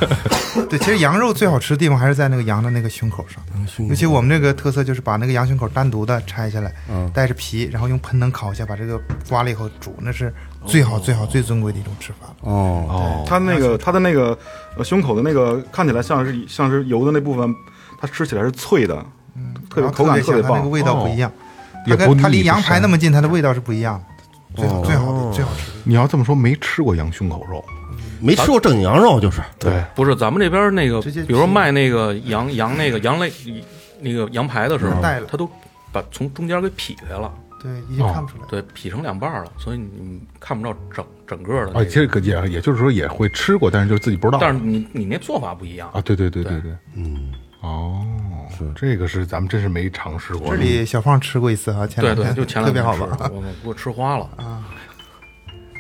对，其实羊肉最好吃的地方还是在那个羊的那个胸口上，尤其我们这个特色就是把那个羊胸口单独的拆下来，带着皮，然后用喷灯烤一下，把这个刮了以后煮，那是最好最好最尊贵的一种吃法。哦， [laughs] 他那个他的那个呃胸口的那个看起来像是像是油的那部分，它吃起来是脆的，特嗯然别后口感特香，别它那个棒。味道不一样，也它不跟它腻离不羊排膻那么近，它的味道是不一样的，最好最好的最好吃的。你要这么说，没吃过羊胸口肉，没吃过正经羊肉就是，对，不是咱们这边那个，直接比如说卖那个羊羊那个羊肋那个羊排的时候嗯带了，他都把从中间给劈开了，对，已经看不出来。对，劈成两半儿了，所以你看不着整整个的那啊，个。其实可也也就是说也会吃过，但是就是自己不知道。但是你你那做法不一样啊，，对对对对对，嗯，哦，这个是咱们真是没尝试过这。里小胖吃过一次啊，前对两对，天就前特两别天好吃玩。我们给我吃花了。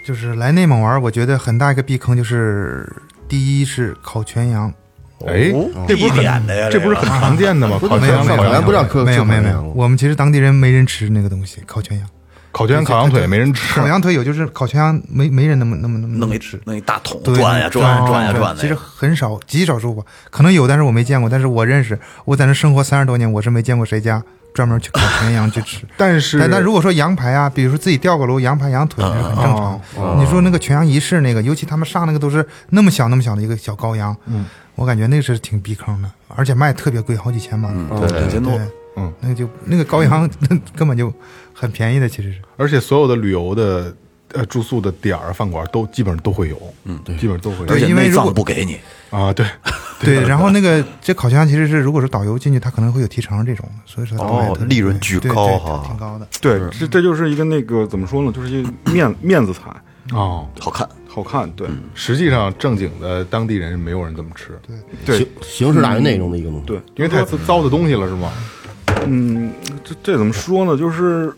就是来内蒙玩儿，我觉得很大一个避坑就是，第一是烤全羊，哦哎，这不是必点的呀很这不这是个很常见的吗？哦不烤没全有羊那上烤个羊不让，磕，没有没有没有，有，我们其实当地人没人吃那个东西，烤全羊，烤全羊、烤羊腿没人吃烤。羊腿有，就是烤全羊没没人那么那么那么弄一吃，弄一大桶对嗯转呀转呀转呀转的。其实很少，极少数吧，可能有，但是我没见过，但是我认识，我在那生活三十多年，我是没见过谁家专门去烤全羊去吃。但是但但如果说羊排啊，比如说自己吊个炉，羊排、羊腿那是很正常。你说那个全羊仪式那个，尤其他们上那个都是那么小那么小的一个小羔羊，嗯，我感觉那个是挺避坑的，而且卖特别贵，好几千吧。嗯，对，两千多对，，嗯，那个就那个羔羊根本就很便宜的，其实是。而且所有的旅游的呃住宿的点儿、饭馆都基本上都会有，嗯，对，基本上都会有而对且因为内如脏果不给你，啊。对，对，然后那个这烤全羊其实是，如果是导游进去，他可能会有提成这种的，所以说它卖得哦特别利润贵巨对高对哈挺高的。对，这这就是一个那个怎么说呢，就是一个面面子菜，哦，好看。好看，对嗯实际上正经的当地人是没有人这么吃，对形形式大于内容的一个东西。对，因为太糟的东西了，是吗？嗯，这这怎么说呢？就是，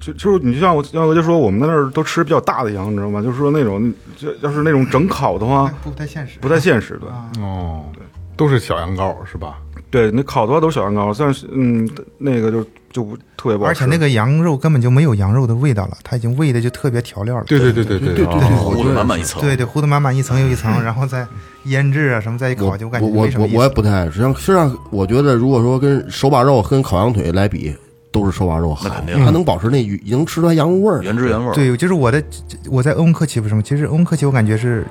就就是你就像我像我就说，我们在那儿都吃比较大的羊，你知道吗？就是说那种，就要是那种整烤的话，不太现实，不太现实，对哦，都是小羊羔是吧？对，那烤的话都是小羊羔，但是嗯，那个就就不特别不好而吃，且那个羊肉根本就没有羊肉的味道了，它已经喂的就特别调料了。对对对对对对哦哦糊的满满一层。对对，糊得满满一层又一层，然后再腌制啊什么再一我烤，就感觉我没什么我意我也思。不太爱吃，实际上实际上我觉得，如果说跟手把肉跟烤羊腿来比，都是手把肉好，那肯定它能保持那鱼能吃出来羊肉味儿。原汁原味儿。对，就是我的我在翁克旗不是吗？其实翁克旗我感觉是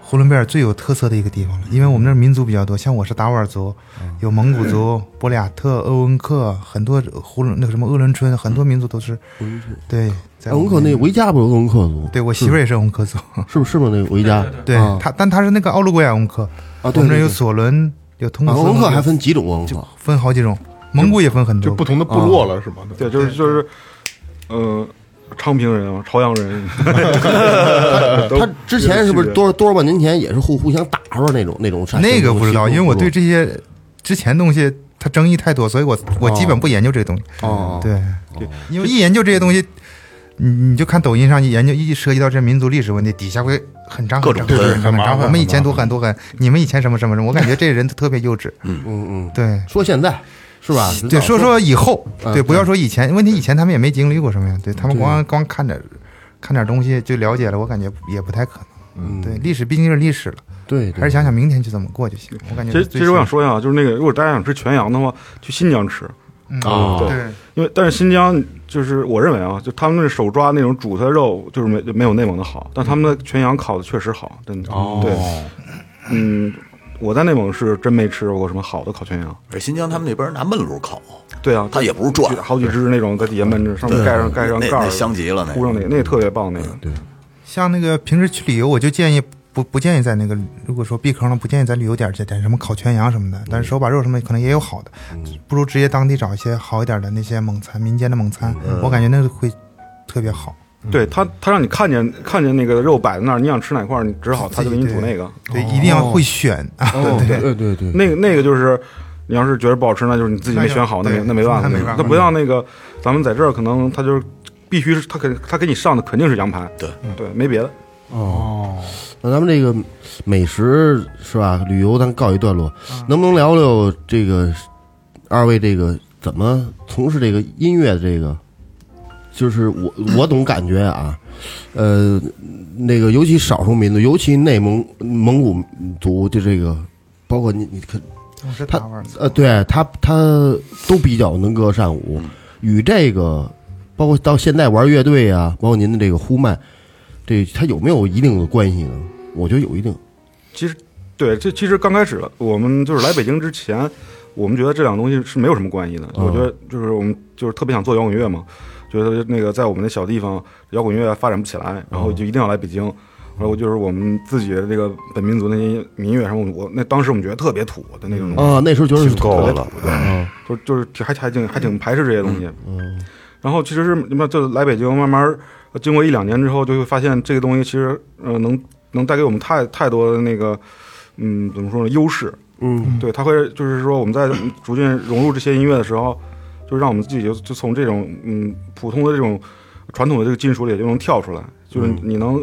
呼伦贝尔最有特色的一个地方了，因为我们那儿民族比较多，像我是达斡尔族，嗯有蒙古族、博俩特、鄂温克，很多呼伦那个什么鄂伦春，很多民族都是。嗯对，在哎，文克我们那边维嘉不是文克族，对我媳妇儿也是翁克族，是不是吗？那个维嘉，对啊她，但她是那个奥卢古亚翁克，啊，我对们这儿对有对，索伦，有通啊古斯文克蒙古还分几种文克，分好几种，蒙古也分很多，就不同的部落了是吗？对，就是就是，呃，昌平人啊，朝阳人，都他之前是不是多少多少万年前也是互互相打出来那种那种啥？那个不知道，因为我对这这些之前东西它争议太多，所以我我啊基本不研究这个东西。哦，对，因为一研究这些东西，你你就看抖音上一研究一涉及到这民族历史问题，底下会很长各很种长很喷长很很麻长。烦我们以前多狠多狠，你们以前什么什么什么，我感觉这人特别幼稚。嗯嗯，对说现在是吧？对，说说以后，嗯对，不要说以前，问题以前他们也没经历过什么呀，对他们光光看点看点东西就了解了，我感觉也不太可能。嗯对，历史毕竟是历史了，对，对还是想想明天去怎么过就行。我感觉其实其最实我幸想说一下，啊就是那个，如果大家想吃全羊的话，去新疆吃，嗯啊对对。因为但是新疆就是我认为啊，就他们那手抓那种煮它肉，就是没没有内蒙的好，但他们的全羊烤的确实好，真的。哦，对，嗯，我在内蒙是真没吃过什么好的烤全羊。而新疆他们那边拿焖炉烤，对啊，它也不是转就好几只那种在底下闷着，上面盖上盖上那盖儿那，香极了，那糊上那个，那个特别棒那个。对，像那个平时去旅游，我就建议不不建议在那个，如果说避坑了，不建议在旅游点儿去点什么烤全羊什么的，但是手把肉什么可能也有好的，不如直接当地找一些好一点的那些蒙餐，民间的蒙餐，我感觉那个会特别好。对他他让你看见看见那个肉摆在那儿，你想吃哪块儿，你只好他就给你煮那个。对，一定要会选啊！哦对对对对，那个那个就是，你要是觉得不好吃，那就是你自己没选好，那那就没那没办法，那没办法那不像那个咱们在这儿，可能他就是必须是他肯他给你上的肯定是羊排，对对，没别的。那咱们这个美食是吧？旅游咱告一段落，能不能聊聊这个二位这个怎么从事这个音乐的这个？就是我我总感觉啊，呃，那个尤其少数民族，尤其内蒙蒙古族的这个，包括你你可总是他打碗儿呃，对他他都比较能歌善舞，嗯与这个包括到现在玩乐队啊，包括您的这个呼麦，这他有没有一定的关系呢？我觉得有一定。其实对，这其实刚开始我们就是来北京之前，我们觉得这两个东西是没有什么关系的。嗯我觉得就是我们就是特别想做摇滚乐嘛，觉得那个在我们那小地方摇滚乐发展不起来，然后就一定要来北京。然后就是我们自己的这个本民族那些民乐什么，我那当时我们觉得特别土的那种东西，啊，那时候觉得是够了，就就是挺还还挺还挺排斥这些东西。嗯，然后其实是那就来北京，慢慢呃经过一两年之后，就会发现这个东西其实呃能能带给我们太太多的那个嗯怎么说呢优势。嗯，对，它会就是说我们在逐渐融入这些音乐的时候，就让我们自己就就从这种嗯普通的这种传统的这个金属里就能跳出来，就是你能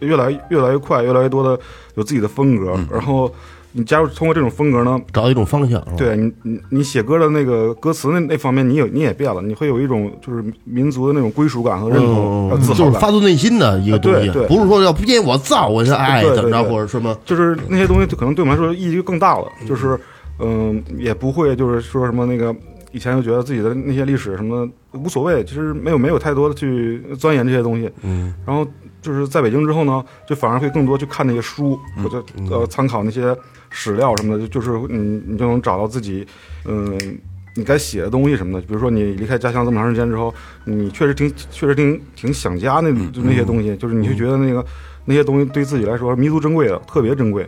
越来越来越快，越来越多的有自己的风格，然后你加入通过这种风格呢，找到一种方向，是吧，对你你你写歌的那个歌词那那方面，你有你也变了，你会有一种就是民族的那种归属感和认同，还有嗯自就豪是感。发自内心的一个东西啊对，对不是说要因为我造我是爱对对怎么着对或者什么，就是那些东西，可能对我们来说意义就更大了。就是，嗯、也不会就是说什么那个以前就觉得自己的那些历史什么无所谓，其实没有没有太多的去钻研这些东西。嗯。然后就是在北京之后呢，就反而会更多去看那些书，我就呃参考那些史料什么的，就就是你你就能找到自己，嗯、你该写的东西什么的，比如说你离开家乡这么长时间之后，你确实挺确实挺挺想家那就那些东西，就是你就觉得那个那些东西对自己来说弥足珍贵的，特别珍贵。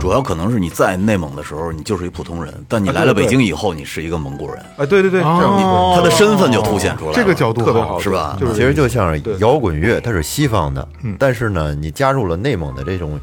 主要可能是你在内蒙的时候，你就是一普通人，但你来了北京以后，你是一个蒙古人，哎，对对对，这样哦他的身份就凸显出来了。这个角度特别好好，是吧就是其实就像是摇滚乐，它是西方的，嗯但是呢，你加入了内蒙的这种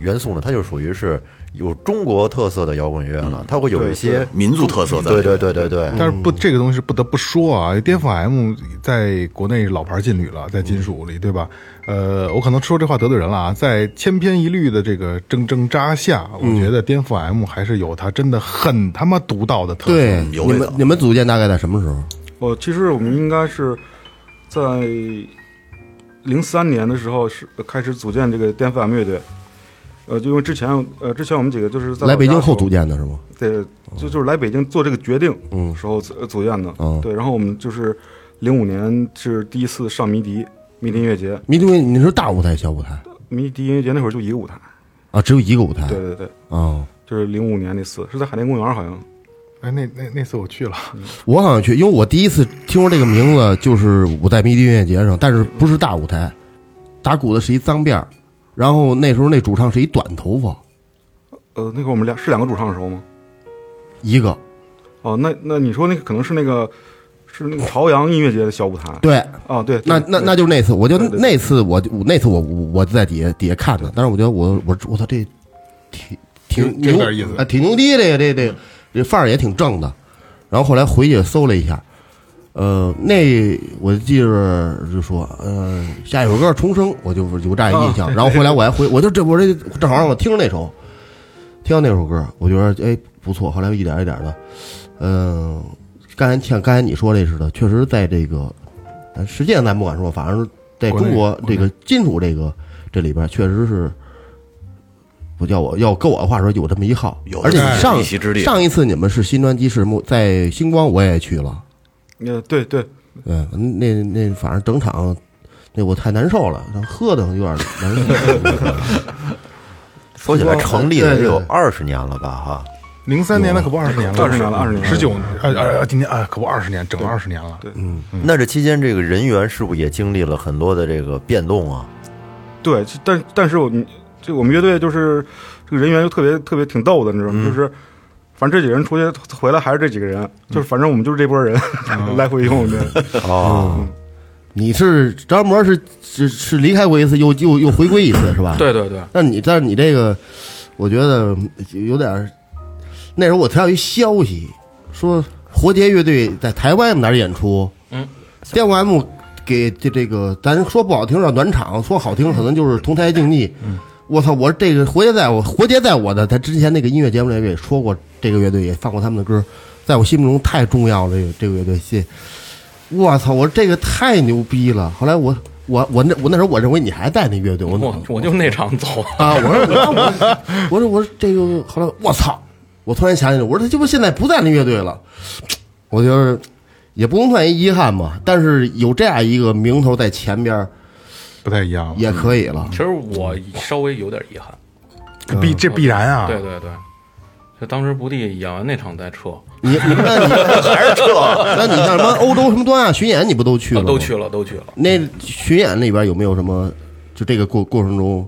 元素呢，它就属于是有中国特色的摇滚乐了，它会有一些，嗯民族特色对在里面。对对对对，但是不，这个东西是不得不说啊，颠覆 M 在国内是老牌劲旅了，在金属里，对吧？呃，我可能说这话得罪人了啊，在千篇一律的这个铮铮扎下，我觉得颠覆 M 还是有它真的很他妈独到的特色。对，有你味们道你们组建大概在什么时候？我哦其实我们应该是在零三年的时候是开始组建这个颠覆 M 乐队，呃，就因为之前呃之前我们几个就是在来北京后组组建的是吗？对，就就是来北京做这个决定，嗯时候组组建的，嗯对，然后我们就是零五年是第一次上迷笛，迷笛音乐节，迷笛，你是大舞台小舞台迷笛音乐节那会儿就一个舞台，啊？只有一个舞台对对对，哦，就是零五年那次是在海淀公园好像，哎，那那那次我去了，我好像去，因为我第一次听说这个名字就是我在迷笛音乐节上，但是不是大舞台，打鼓的是一脏辫儿，然后那时候那主唱是一短头发，呃，那会儿我们俩是两个主唱的时候吗？一个哦，那那你说那个可能是那个是那个朝阳音乐节的小舞台对，啊，对，那那那就是那次，我就对对对那次我就那次我我我在底下底下看的，但是我觉得我我我操这挺挺有这牛点意思啊，挺牛逼这个这个这个这范儿也挺正的。然后后来回去搜了一下，呃，那我记着就说，呃，下一首歌《重生》，我就有这样印啊象。然后后来我还回，我就这我这正好让我听那首，听到那首歌，我觉得哎不错。后来一点一点的，嗯、刚才像刚才你说那似的，确实在这个，呃，实际上咱不管说，反正是在国内中国这个金属这个这里边，确实是，不叫我要搁我的话说有这么一号有，而且这么你上一席之地上一次你们是新专辑是目在星光我也去了，呃对对，嗯，那那反正整场那我太难受了，喝的有点难受。 [laughs] 说起来成立了对对得有对二十年了吧？哈，零三年了，可不二十年了， 20年了20年了十九，呃呃，今年啊，可不二十年，整二十年了。对那这期间这个人员是不是也经历了很多的这个变动啊？对，其但但是我们这我们乐队就是这个人员就特别特别挺逗的，你知道吗？就是反正这几个人出去回来还是这几个人， [laughs] 就是反正我们就是这波人、 [laughs] 来回用的。哦，嗯你是张博是是是离开过一次，又又又回归一次是吧？。对对对，那你但是你这个，我觉得有点儿。那时候我听到一消息，说活结乐队在台湾哪儿演出，嗯，电话 M 给这这个，咱说不好听叫暖场，说好听可能就是同台竞技。嗯，我操，我这个活结在我活结在我的，他之前那个音乐节目里也说过，这个乐队也放过他们的歌，在我心目中太重要了。这个这个乐队，谢。我操！我说这个太牛逼了。后来我我我那我那时候我认为你还在那乐队，我我我就那场走， [laughs] 啊，我说我我说我说这个后来我操，我突然想起来，我说他这不现在不在那乐队了，我就是也不能算一遗憾吧，但是有这样一个名头在前边儿不太一样了，也可以了其。实我稍微有点遗憾。必这必然啊，对对对，就当时不地演完那场再撤，你你那你 [laughs] 还是撤？那你像什啊么欧洲什么东亚巡演，你不都去了？都去。了，都去了。那巡演里边有没有什么就这个过过程中，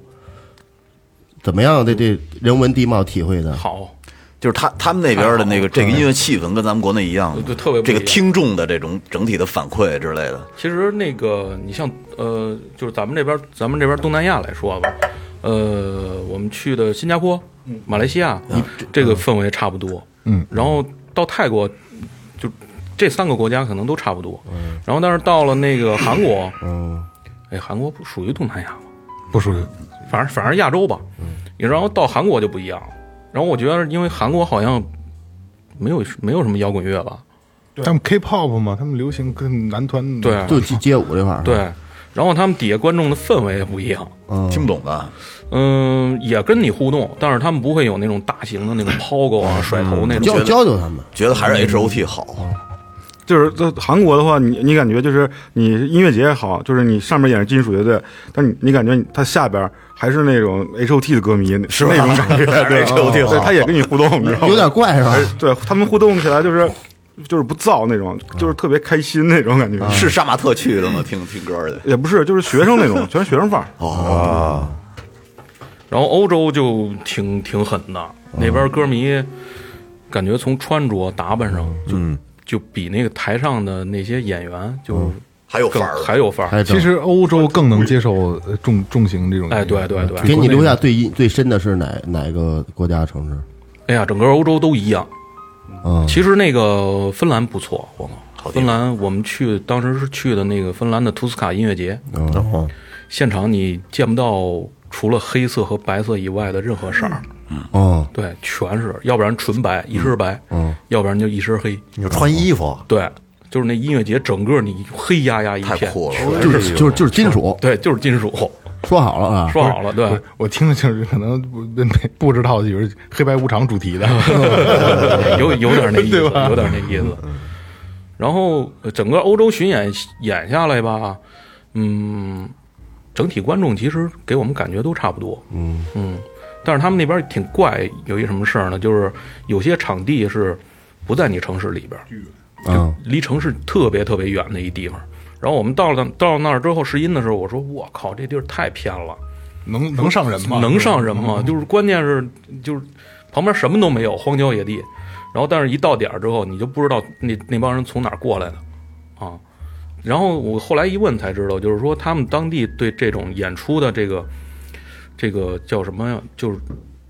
怎么样的这人文地貌体会的？好，就是他他们那边的那个这个音乐气氛跟咱们国内一样吗，对对特别不一这样个听众的这种整体的反馈之类的，其实那个，你像呃，就是咱们这边，咱们这边东南亚来说吧，呃，我们去的新加坡、马来西亚，这个氛围差不多。啊嗯，然后到泰国，就这三个国家可能都差不多。嗯，然后但是到了那个韩国，嗯，哎，韩国不属于东南亚吗？不属于反正反正亚洲吧。嗯，然后到韩国就不一样了。然后我觉得，因为韩国好像没有没有什么摇滚乐吧，他们 K-pop 嘛，他们流行跟男团对就街街舞这块儿，对，，然后他们底下观众的氛围也不一样。听不懂啊的，嗯，也跟你互动，但是他们不会有那种大型的那种抛钩啊、甩头那种教。教教他们。觉得还是 H O T 好。就是在韩国的话，你你感觉就是你音乐节也好，就是你上面演是金属乐队，但你你感觉它下边还是那种 H O T 的歌迷，是那种感觉，对 H O T 对，好他也跟你互动，你知道吗？有点怪是吧？对他们互动起来就是就是不燥那种，就是特别开心那种感觉，嗯是杀马特去的吗？听听歌的，也不是就是学生 [laughs] 那种，全是学生范儿。哦然后欧洲就挺挺狠的，那边歌迷感觉从穿着打扮上就、就比那个台上的那些演员就还有更、范儿，还有范儿。哎其实欧洲更能接受呃重重型这种音乐。哎，对对对，嗯给你留下最印最深的是哪哪个国家城市？哎呀，整个欧洲都一样。嗯，其实那个芬兰不错，我靠，地芬兰我们去当时是去的那个芬兰的图斯卡音乐节，然嗯后现场你见不到除了黑色和白色以外的任何色儿，哦，对，全是，要不然纯白一身白，嗯，要不然就一身黑，你就穿衣服，对，就是那音乐节整个你黑压压一太片，酷了。嗯就是就是就是金属，对，就是金属，说好了啊，说好了， [laughs] 对，我听着就是可能不不不知道，以为是黑白无常主题的。有有点那意思，有点那意思。 [laughs] 然后呃整个欧洲巡演演下来吧，嗯，整体观众其实给我们感觉都差不多，嗯但是他们那边挺怪，有一什么事儿呢？就是有些场地是不在你城市里边儿，嗯，离城市特别特别远的一地方。然后我们到了到那儿之后试音的时候，我说我靠，这地儿太偏了，能能上人吗？嗯能上人吗？就是关键是就是旁边什么都没有，荒郊野地。然后但是一到点儿之后，你就不知道那那帮人从哪儿过来的啊。然后我后来一问才知道，就是说他们当地对这种演出的这个这个叫什么呀？就是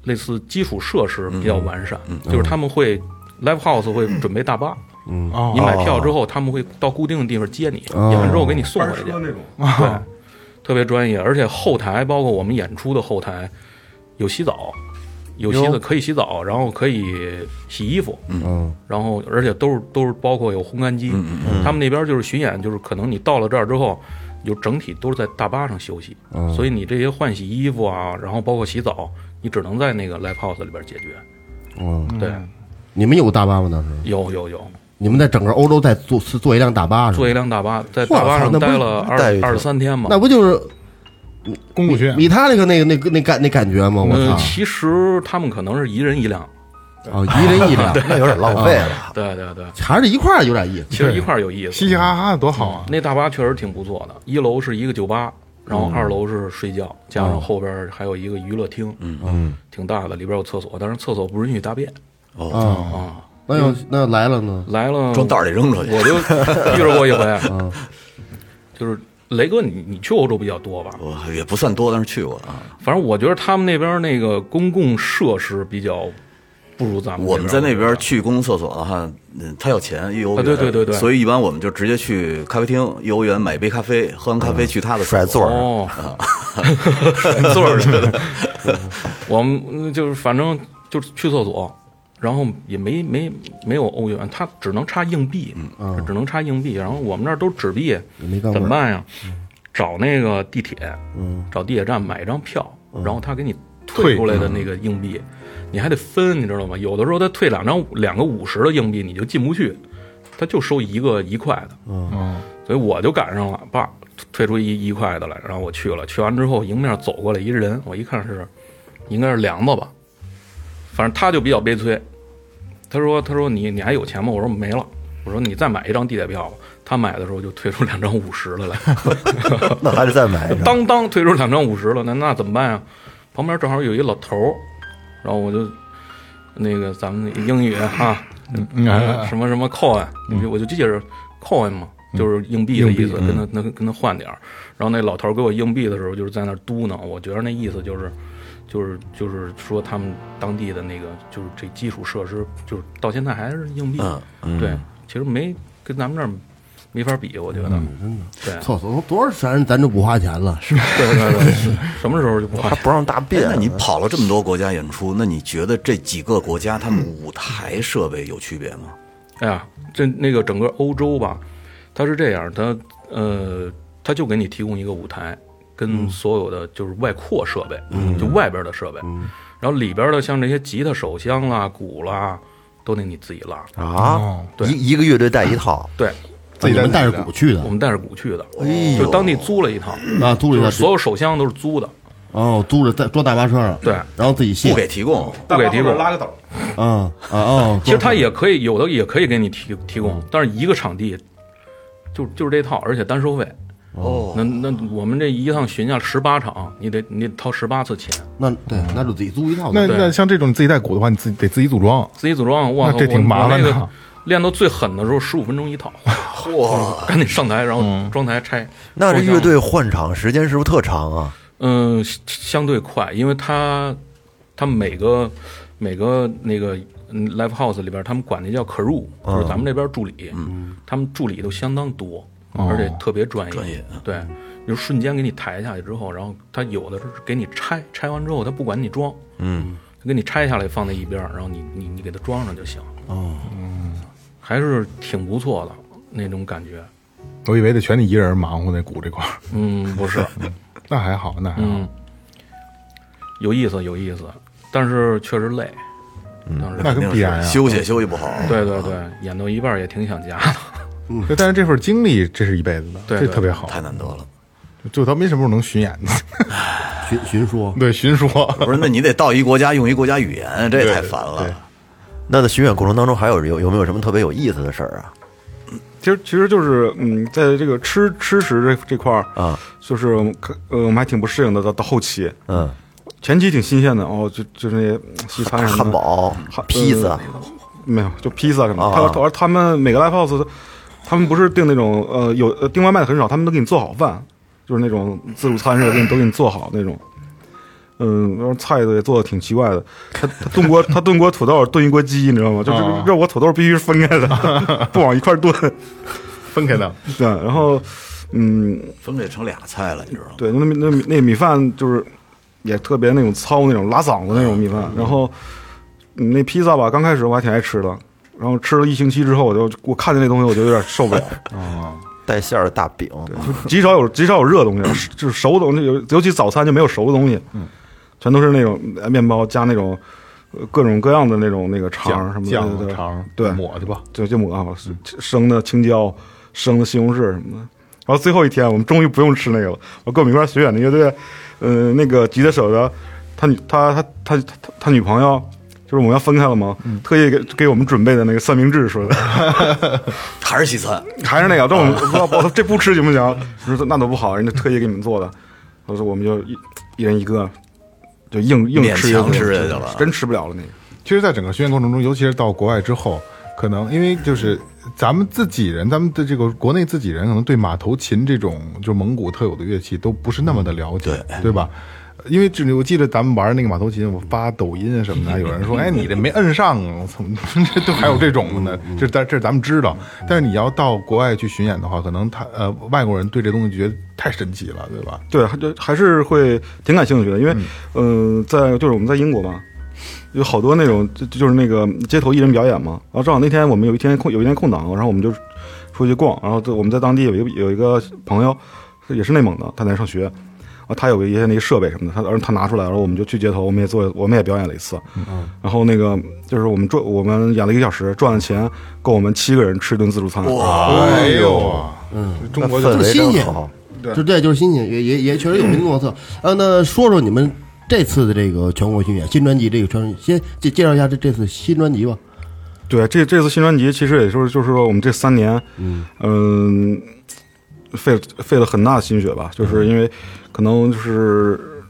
类似基础设施比较完善，就是他们会 live house 会准备大巴。嗯哦你买票之后，他们会到固定的地方接你，演完之后给你送回去。那种，对，特别专业，而且后台包括我们演出的后台有洗澡，有洗澡可以洗澡，然后可以洗衣服，嗯，然后而且都是都是包括有烘干嗯机，他们那边就是巡演，就是可能你到了这儿之后。就整体都是在大巴上休息，嗯所以你这些换洗衣服啊，然后包括洗澡，你只能在那个 live house 里边解决。哦，对，你们有大巴吗？当时有有有，你们在整个欧洲在坐是坐一辆大巴是吧坐？一辆大巴，在哇大巴上那不待是了二待遇二十三天嘛。那不就是公共学院米他那个那个那个那感那感觉吗？我嗯，操！其实他们可能是一人一辆，哦，一人一 [laughs] 辆，嗯那有点浪费啊了。对对对，还是一块儿有点意思。啊其实一块儿有意思。嘻嘻哈哈的多好嗯啊！哦那大巴确实挺不错的，一楼是一个酒吧，然嗯后二楼是睡觉，加上后边还有一个娱乐厅，嗯嗯，挺大的，里边有厕所，但是厕所不允许大便啊，啊。那要那要来了呢？来了，哦装袋里嗯扔出去，我就 [laughs] 遇着过一回，就是雷哥，你你去欧洲比较多吧？我哦也不算多，但是去过啊。反正我觉得他们那边那个公共设施比较不如咱们这边。我们在那边去公共厕所的话，嗯，他要钱一欧元，啊对对对对所以一般我们就直接去咖啡厅一欧元买一杯咖啡，喝完咖嗯啡去他的甩座所。儿，哦，座儿去的。 [laughs] 我们嗯就是反正就是去厕所，然后也没没没有欧元，他只能插硬币，只能插硬币。然后我们那儿都是纸币，没干怎么过。办呀？找那个地铁，找地铁站买一张票，然后他给你退退出来的那个硬币，你还得分，你知道吗？有的时候他退两张两个五十的硬币，你就进不去，他就收一个一块的。嗯，所以我就赶上了，爸退出一一块的来，然后我去了，去完之后迎面走过来一人，我一看是应该是梁子吧，反正他就比较悲催，他说他说你你还有钱吗？我说没了，我说你再买一张地铁票吧。他买的时候就退出两张五十的来，那还得再买一张。当当退出两张五十了，那那怎么办呀？旁边正好有一老头儿，然后我就那个咱们那英语啊，嗯嗯什么什么 coin，我就记着 coin 嘛，就是硬币的意思，跟他跟他跟他换点儿。然后那老头儿给我硬币的时候，就是在那儿嘟囔，我觉得那意思就是。就是就是说，他们当地的那个就是这基础设施，就是到现在还是硬币。嗯对，其实没跟咱们这儿没法比，我觉得。对厕所多少钱咱就不花钱了，啊是吧？对对对，是什么时候就不换他？不让大便哎那，你跑了这么多国家演出，那你觉得这几个国家他们舞台设备有区别吗？哎呀，这那个整个欧洲吧，它是这样，它呃，它就给你提供一个舞台，跟所有的就是外扩设备，就外边的设备，然后里边的像这些吉他手箱啦、鼓啦，都得你自己拉。哦啊，一一个乐队带一 [clears throat] 套，对，自己带着鼓去的我们带着鼓去的，哎就当地租了一套，啊，租了一就是下所有手箱都是租的，哦，租着在坐大巴车上，对然后自己卸不，给提供，不给提供。拉个斗，嗯啊哦，其实它也可以有的也可以给你提提供，但是一个场地就就是这套，而且单收费。哦，那那我们这一趟巡下十八场，你得你得掏十八次钱，那对，那就自己租一套呗，那那像这种你自己带鼓的话，你自己得自己组装。自己组装。哇，那这我挺麻烦的我那个练到最狠的时候，十五分钟一套，哇， [laughs] 赶紧上台，然后嗯装台拆。那这装箱乐队换场时间是不是特长啊？嗯，相相对快，因为它它每个每个那个嗯 live house 里边，他们管那叫 crew，就是咱们这边助理，他们助理都相当多，而且特别嗯哦专业。嗯专业对，就瞬间给你抬下去之后，然后他有的是给你拆，拆完之后他不管你装，嗯，他给你拆下来放在一边儿，然后你你你给它装上就行。哦，还是挺不错的那种感觉。我以为得全你一人忙活那鼓这块儿， [laughs] 嗯，不 [laughs] 是。那还好，那还好嗯，，有意思，有意思，但是确实累。当时，那肯跟定必然是啊。休息也休息不好。对对对，演到一半儿也挺想家的。 [laughs] 嗯对但是这份经历，这是一辈子的，对这对特别好。太难得了，就他没什么时候能巡演呢。寻寻说， [laughs] 对，巡说不是？那你得到一国家用一国家语言，这也太烦了。那在巡演过程当中，还有有有没有什么特别有意思的事儿啊？其实其实就是嗯，在这个吃吃食这这块儿啊，就是我们可呃我们还挺不适应的，到到后期嗯，前期挺新鲜的哦，就就是那些嗯西餐什么的汉堡嗯汉、披萨，没有，就披萨什么的。啊他他他们每个 live house，他们不是订那种呃有呃订外卖的很少，他们都给你做好饭，就是那种自助餐似的，给你都给你做好那种。嗯，然后菜的也做的挺奇怪的，他他炖锅他炖锅土豆炖一锅鸡，你知道吗？就是啊热锅土豆必须是分开的， [laughs] 不往一块儿炖。分开的，对，然后嗯，分给成俩菜了，你知道吗？对，那米那米那米饭就是也特别那种糙那种拉嗓子那种米饭，然后嗯那披萨吧，刚开始我还挺爱吃的，然后吃了一星期之后，我就我看见那东西我就有点 [laughs] 受不了，带馅儿的大饼，极少有极少有热东西，就是熟的东西，尤尤其早餐就没有熟的东西，嗯全都是那种呃面包加那种呃各种各样的那种那个肠什么的，酱对对肠对，抹去吧。就就抹啊，嗯生的青椒，生的西红柿什么的。然后最后一天，我们终于不用吃那个了。我跟我们一块儿学演的乐队，呃，那个吉他手的，他女他他他他他他女朋友，就是我们要分开了嘛，嗯特意给给我们准备的那个三明治说 [laughs] 的，还是西啊餐，还是那个，但我们啊不知道 [laughs] 不知道这不吃行不行？我说那都不好，人家特意给你们做的。我说我们就一一人一个，就硬硬吃勉强一个吃下去了真吃不了了那个。其实，在整个巡演过程中，尤其是到国外之后，可能因为就是咱们自己人，咱们的这个国内自己人，可能对马头琴这种就是蒙古特有的乐器都不是那么的了解，对吧？因为这我记得咱们玩那个马头琴，我发抖音啊什么的，有人说：“哎，你这没摁上啊！”我操， [laughs] 这都还有这种的呢。这咱这咱们知道，但是你要到国外去巡演的话，可能他呃外国人对这东西觉得太神奇了，对吧？对，还就还是会挺感兴趣的，因为，嗯，在就是我们在英国嘛，有好多那种就就是那个街头艺人表演嘛。然后正好那天我们有一天空有一天空档，然后我们就出去逛，然后在我们在当地有一个有一个朋友也是内蒙的，他在那上学，啊，他有一些那个设备什么的，他然后他拿出来，然后我们就去街头，我们也做我们也表演了一次。然后那个就是我们赚我们演了一个小时，赚的钱够我们七个人吃一顿自助餐。哎呦，嗯，中国就呃那氛这围新真鲜好。就这就是新鲜，也也也确实有民族特色。呃，那说说你们这次的这个全国巡演新专辑，这个全先介介绍一下这这次新专辑吧。对，啊这这次新专辑其实也就是就是说我们这三年，嗯费费了很大的心血吧，就是因为可能就是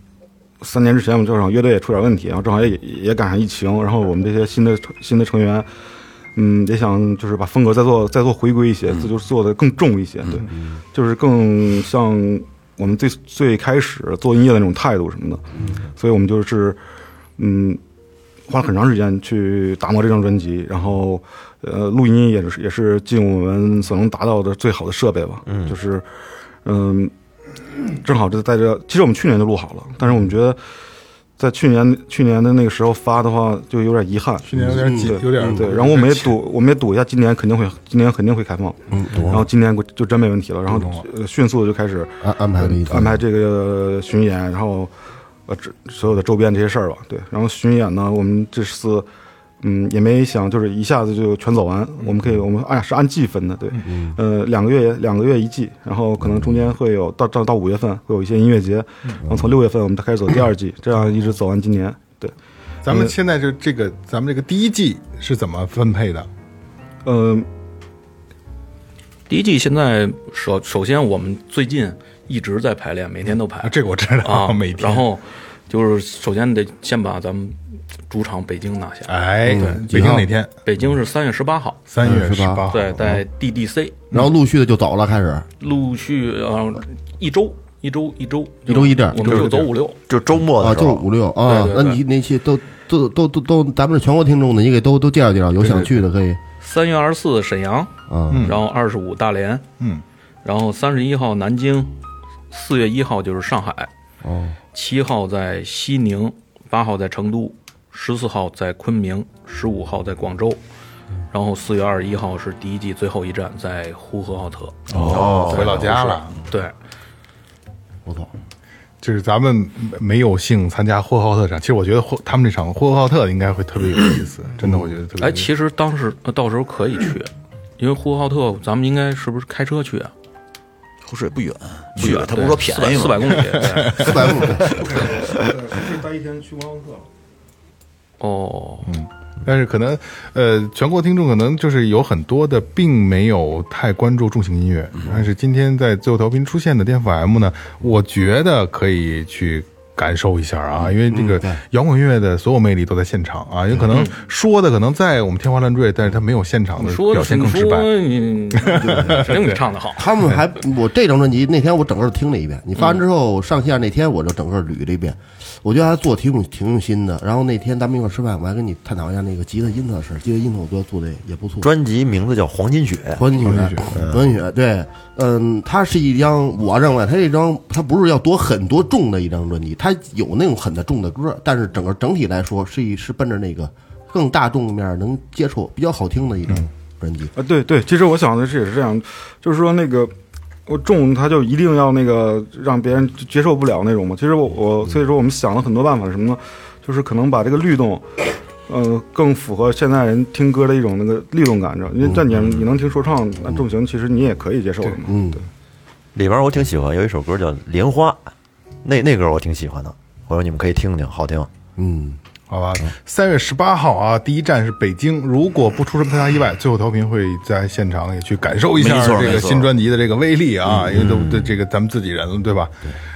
三年之前我们这场乐队也出点问题，然后正好也也赶上疫情，然后我们这些新的成新的成员，嗯，也想就是把风格再做再做回归一些，这就是做的更重一些，对，就是更像我们最最开始做音乐的那种态度什么的，所以我们就是嗯。花了很长时间去打磨这张专辑，然后，呃，录音也是也是尽我们所能达到的最好的设备吧。嗯，就是，嗯，正好就在这，其实我们去年就录好了，但是我们觉得，在去年去年的那个时候发的话，就有点遗憾。嗯去年有点紧，有点对，然后我们也赌，我们也赌一下，今年肯定会，今年肯定会开放。嗯，然后今年就真没问题了，然后呃迅速地就开始安啊安排了一次安排这个巡演，然后呃，这所有的周边这些事儿吧，对。然后巡演呢，我们这次嗯也没想就是一下子就全走完，我们可以我们按是按季分的，对，呃，两个月两个月一季，然后可能中间会有到到到五月份会有一些音乐节，然后从六月份我们开始走第二季，这样一直走完今年，对。咱们现在就这个，咱们这个第一季是怎么分配的？嗯，第一季现在首首先我们最近一直在排练，每天都排。啊，这个我知道，啊， [laughs] 每天。然后就是首先得先把咱们主场北京拿下。哎，北几京嗯号哪天？北京是三月十八号，三月嗯十是吧八。对，在 DDC 然后陆续的就走了，开始陆续呃一周一周一周一周一地儿我们就走五六。就周末啊，的就时是候，五六啊对。那对对你那些都都都都都，咱们是全国听众的，你给都都介绍介绍，有想去的可以三月二十四沈阳，啊。然后二十五大连，嗯，然后三十一号南京，四月一号就是上海，哦，七号在西宁，八号在成都，十四号在昆明，十五号在广州，然后四月二十一号是第一季最后一站，在呼和浩特。哦，回老家了。嗯对，不错，就是咱们没有幸参加呼和浩特场，其实我觉得呼他们这场呼和浩特应该会特别有意思，真的，我觉得特别有哎，意思。其实当时呃到时候可以去，因为呼和浩特咱们应该是不是开车去啊？口水不远，不远，啊他不是说便宜吗？四百公 [laughs] 里。对四百 [laughs] 五，待一天去观光课。哦，但是可能，呃，全国听众可能就是有很多的并没有太关注重型音乐，但是今天在最后调频出现的颠覆 M 呢，我觉得可以去。感受一下嗯啊，因为这个摇滚乐的所有魅力都在现场啊，有可嗯能说的可能在我们天花乱坠，但是它没有现场的说表现你更直白。说你，谁让你唱的好？他们 [laughs] 还我这张专辑那天我整个听了一遍，你嗯发完之后上线那天我就整个捋了一遍，我觉得还做挺用挺用心的。然后那天咱们一块儿吃饭，我还跟你探讨一下那个吉他音色的事儿，吉他音色我觉得做的也不错。专辑名字叫《黄金雪关羽，关羽，对，嗯，它是一张，我认为它这张它不是要多狠多重的一张专辑，它有那种很的重的歌，但是整个整体来说是一是奔着那个更大众面能接触比较好听的一张嗯专辑。啊，对对，其实我想的是也是这样，就是说那个我重他就一定要那个让别人接受不了那种嘛。其实我我所以说我们想了很多办法，什么呢？就是可能把这个律动，呃，更符合现在人听歌的一种那个律动感，知道？因为但你你能听说唱，那重型其实你也可以接受的嘛。嗯，里边我挺喜欢，有一首歌叫《莲花》，那那歌我挺喜欢的，我说你们可以听听，好听。嗯，好吧，三月十八号啊，第一站是北京。如果不出什么太大意外，最后调频会在现场也去感受一下没错这个没错新专辑的这个威力啊，因为都对这个咱们自己人了，对吧？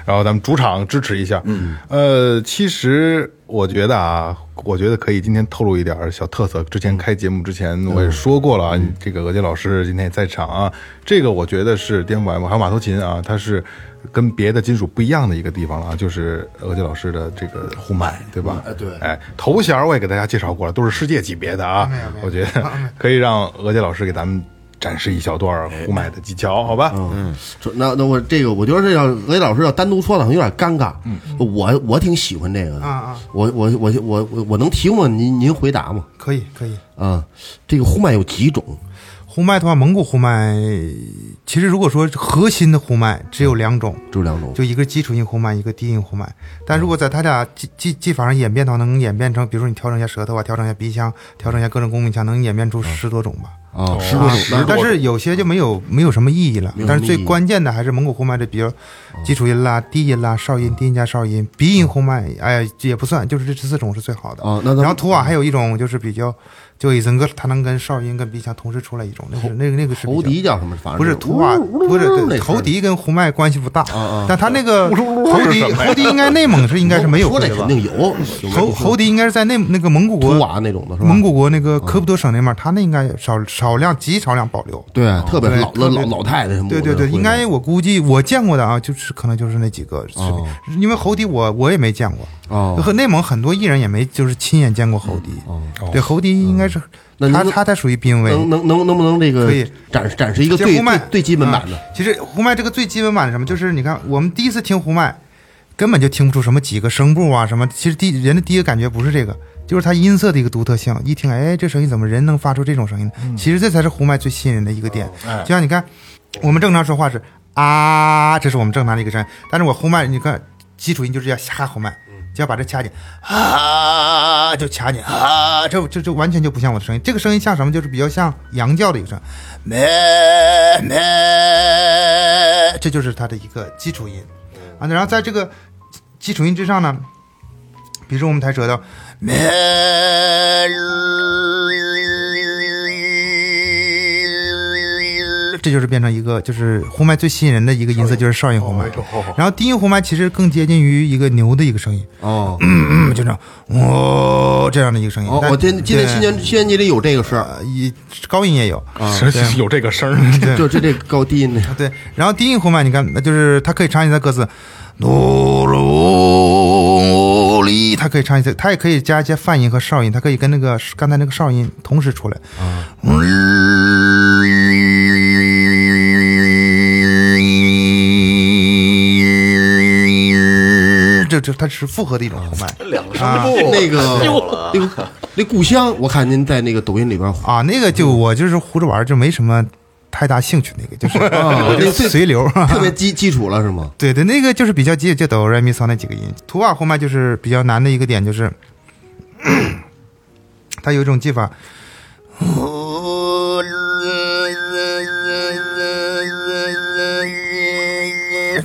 然后咱们主场支持一下。嗯，呃，其实我觉得啊，我觉得可以今天透露一点儿小特色。之前开节目之前我也说过了啊，这个俄杰老师今天也在场啊，这个我觉得是颠覆 M 还有马头琴啊，它是。跟别的金属不一样的一个地方了啊，就是俄杰老师的这个互麦，对吧？哎对哎，头衔儿我也给大家介绍过了，都是世界级别的啊。我觉得可以让俄杰老师给咱们展示一小段儿胡买的技巧，好吧？嗯，说那那我这个，我觉得这要雷老师要单独说的话有点尴尬。嗯，我我挺喜欢这个的。啊啊我我我我我我能提问您您回答吗？可以可以。啊，这个呼麦有几种？呼麦的话，蒙古呼麦其实如果说核心的呼麦只有两种，只有两种。就一个基础音呼麦，一个低音呼麦。但如果在它俩技技技法上演变的话，能演变成，比如说你调整一下舌头啊，调整一下鼻腔，调整一下各种共鸣腔，能演变出十多种吧。啊，哦十多种。嗯那但是有些就没有没有什么意义了没有。但是什最么意义嗯关键的还是蒙古呼麦这，比如基础音啦、低音啦、哨音、低音加哨音、鼻音呼麦，哎，这也不算，就是这十四种是最好的。啊，那咱然后图瓦还有一种就是比较就一整个它能跟哨音跟鼻腔同时出来一种，那是那个那个是比头较笛叫什么？反正不是图瓦，不是那对是头笛跟胡麦关系不大啊，但它那个头笛头笛应该内蒙是应该是没有说的这吧嗯肯？定有，头头笛应该是在内那个蒙古图国瓦那种的是吧？蒙古国那个科布多省那面，它那应该少少量极少量保留。对，特别对老特老别老老太太什么的对会对的，对，应该我估计我见过的啊，就是可能就是那几个，是哦因为侯迪我我也没见过，哦和内蒙很多艺人也没就是亲眼见过侯迪，对侯迪应该是那他您他才属于濒危。能能能能不能这个可以展示展示一个这最呼麦最最基本版啊的？其实胡麦这个最基本版是什么？就是你看，我们第一次听胡麦，根本就听不出什么几个声部啊什么。其实第人的第一个感觉不是这个，就是它音色的一个独特性。一听，哎，这声音怎么人能发出这种声音？嗯其实这才是胡麦最吸引人的一个点。哦哎就像你看，我们正常说话是啊，这是我们正常的一个声音，但是我胡麦，你看基础音就是要瞎胡麦。嗯就要把这掐紧，啊，就掐紧啊，这这这完全就不像我的声音。这个声音像什么？就是比较像羊叫的一个声音，咩咩，这就是它的一个基础音嗯啊。然后在这个基础音之上呢，比如说我们弹舌头，咩，这就是变成一个就是呼麦最吸引人的一个音色，就是哨音呼哦麦。然后低音呼麦其实更接近于一个牛的一个声音，哦嗯，就这样，哦，这样的一个声音。哦，但我今今对呃天新年新年节里有这个事儿，一高音也有， [laughs] 啊是啊是有这个声儿，就就这个高低那对，然后低音呼麦，你看，那就是它可以唱一下歌词，努努力，它可以唱一些，它也可以加一些泛音和哨音，它可以跟那个刚才那个哨音同时出来。这这它是复合的一种呼麦两个声部 [laughs] 那 [laughs] 个那个那故乡，我看您在那个抖音里边啊，那个就我就是胡着玩儿，就没什么太大兴趣，那个就是啊我就那最随流。特别基基础了是吗？对对，那个就是比较基就哆来咪嗦那几个音。图瓦呼麦就是比较难的一个点，就是 [clears throat] 咳它有一种技法。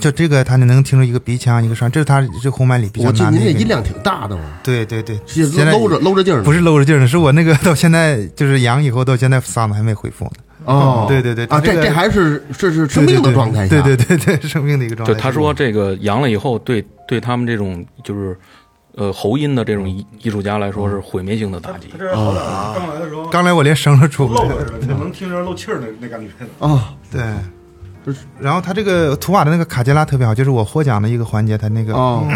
就这个，它能听出一个鼻腔，一个声，这是它这呼麦里比较我记得难的您一这个音点。量挺大的嘛，对对对，是现在搂着搂着劲儿呢，不是搂着劲儿呢，是我那个到现在就是阳以后到现在嗓子还没恢复呢。哦，对对对啊，这这个这还是这是生病的状态下，对对对对，对生病的一个状态就下。他说这个阳了以后，对对他们这种就是呃喉音的这种艺艺术家来说是毁灭性的打击他。这好歹刚来的时候刚来我连声都出不漏来着。似的，就能听着漏气儿那那感觉。啊，对，然后他这个图瓦的那个卡捷拉特别好，就是我获奖的一个环节，他那个，哦，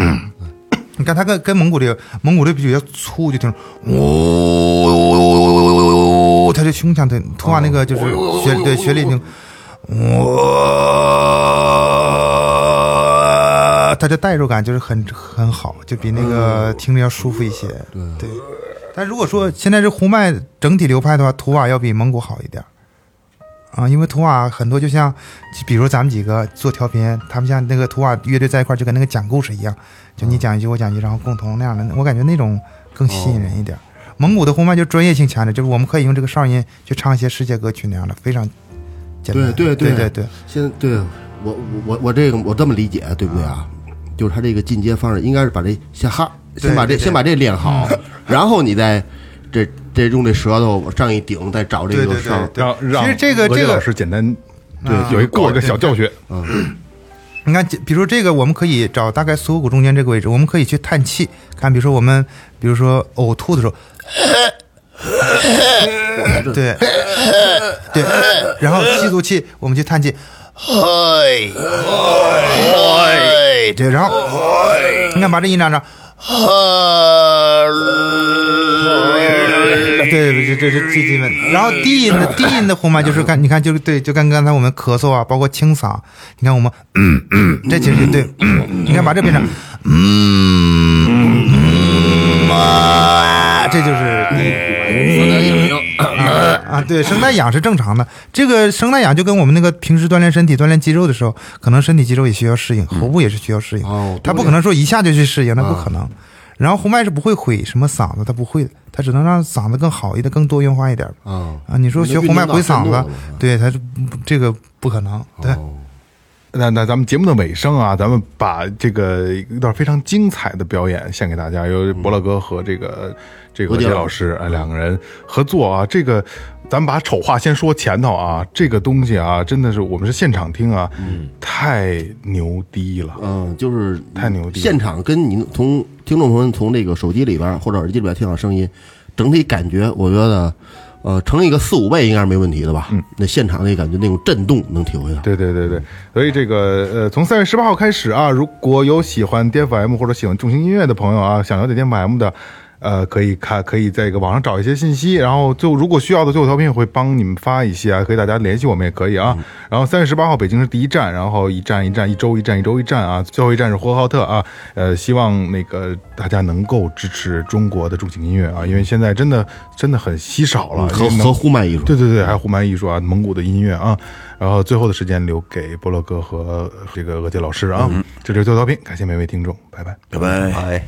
你看他跟跟蒙古的蒙古的比较粗，就听着，哦，他这胸腔对图瓦那个就是学对学里听，哇，呃他这代入感就是很很好，就比那个听着要舒服一些。对，但如果说现在这胡麦整体流派的话，图瓦要比蒙古好一点。啊，因为图瓦很多就像，就比如咱们几个做调频，他们像那个图瓦乐队在一块儿，就跟那个讲故事一样，就你讲一句我讲一句，然后共同那样的，我感觉那种更吸引人一点。蒙古的红麦就专业性强点，就是我们可以用这个哨音去唱一些世界歌曲那样的，非常简单。对对对对对对，现在对我我我我这个我这么理解对不对啊？就是他这个进阶方式应该是把这先哈，对先把这对对嗯先把这练好，然后你再这这用这舌头往上一顶，再找这对个对声儿。对让让其实这个俄这杰个老师简单啊对有一过一个小教学，你看，这比如这个，我们可以找大概锁骨中间这个位置，我们可以去叹气，看，比如说我们，比如说呕吐的时候，对，对，然后吸足气，我们去叹气，嘿，对，然后你看把这音量上，对对，这这是最基本。然后低音的低音的呼麦就是看，你看就是对，就跟刚才我们咳嗽啊，包括清嗓，你看我们，嗯嗯，这其实对，你看把这变成，嗯，啊，这就是。啊，对，声带痒是正常的。这个声带痒就跟我们那个平时锻炼身体、锻炼肌肉的时候，可能身体肌肉也需要适应，喉部也是需要适应。哦它不可能说一下就去适应，那不可能。然后红麦是不会毁什么嗓子，它不会的，它只能让嗓子更好一点，更多元化一点。啊啊，你说学红麦毁嗓运动到震子动了，对，它是不这个不可能。对，哦那那咱们节目的尾声啊，咱们把这个一段非常精彩的表演献给大家，由伯乐哥和这个这个何何洁洁老老师哎两个人合作啊。这个咱们把丑话先说前头啊，这个东西啊，真的是我们是现场听啊，太牛逼了。嗯，就是太牛逼了现场跟你从听众朋友们从这个手机里边儿或者耳机里边儿听到声音，整体感觉我觉得，呃，乘一个四五倍应该是没问题的吧？嗯，那现场那感觉那种震动能体会到。对对对对，所以这个呃，从三月十八号开始啊，如果有喜欢颠覆 M 或者喜欢重型音乐的朋友啊，想了解颠覆 M 的，呃，可以看，可以在这个网上找一些信息，然后就如果需要的最后调频也会帮你们发一些啊，可以大家联系我们也可以啊。然后三月十八号北京是第一站，然后一站一站，一周一站，一周一站啊，最后一站是呼和浩特啊，呃，希望那个大家能够支持中国的重型音乐啊，因为现在真的真的很稀少了，和能和呼麦艺术，对对对，还有胡蛮艺术啊，蒙古的音乐啊，然后最后的时间留给波洛哥和这个额杰老师啊，这里是最后调频，感谢每位听众，拜拜。拜拜。哎。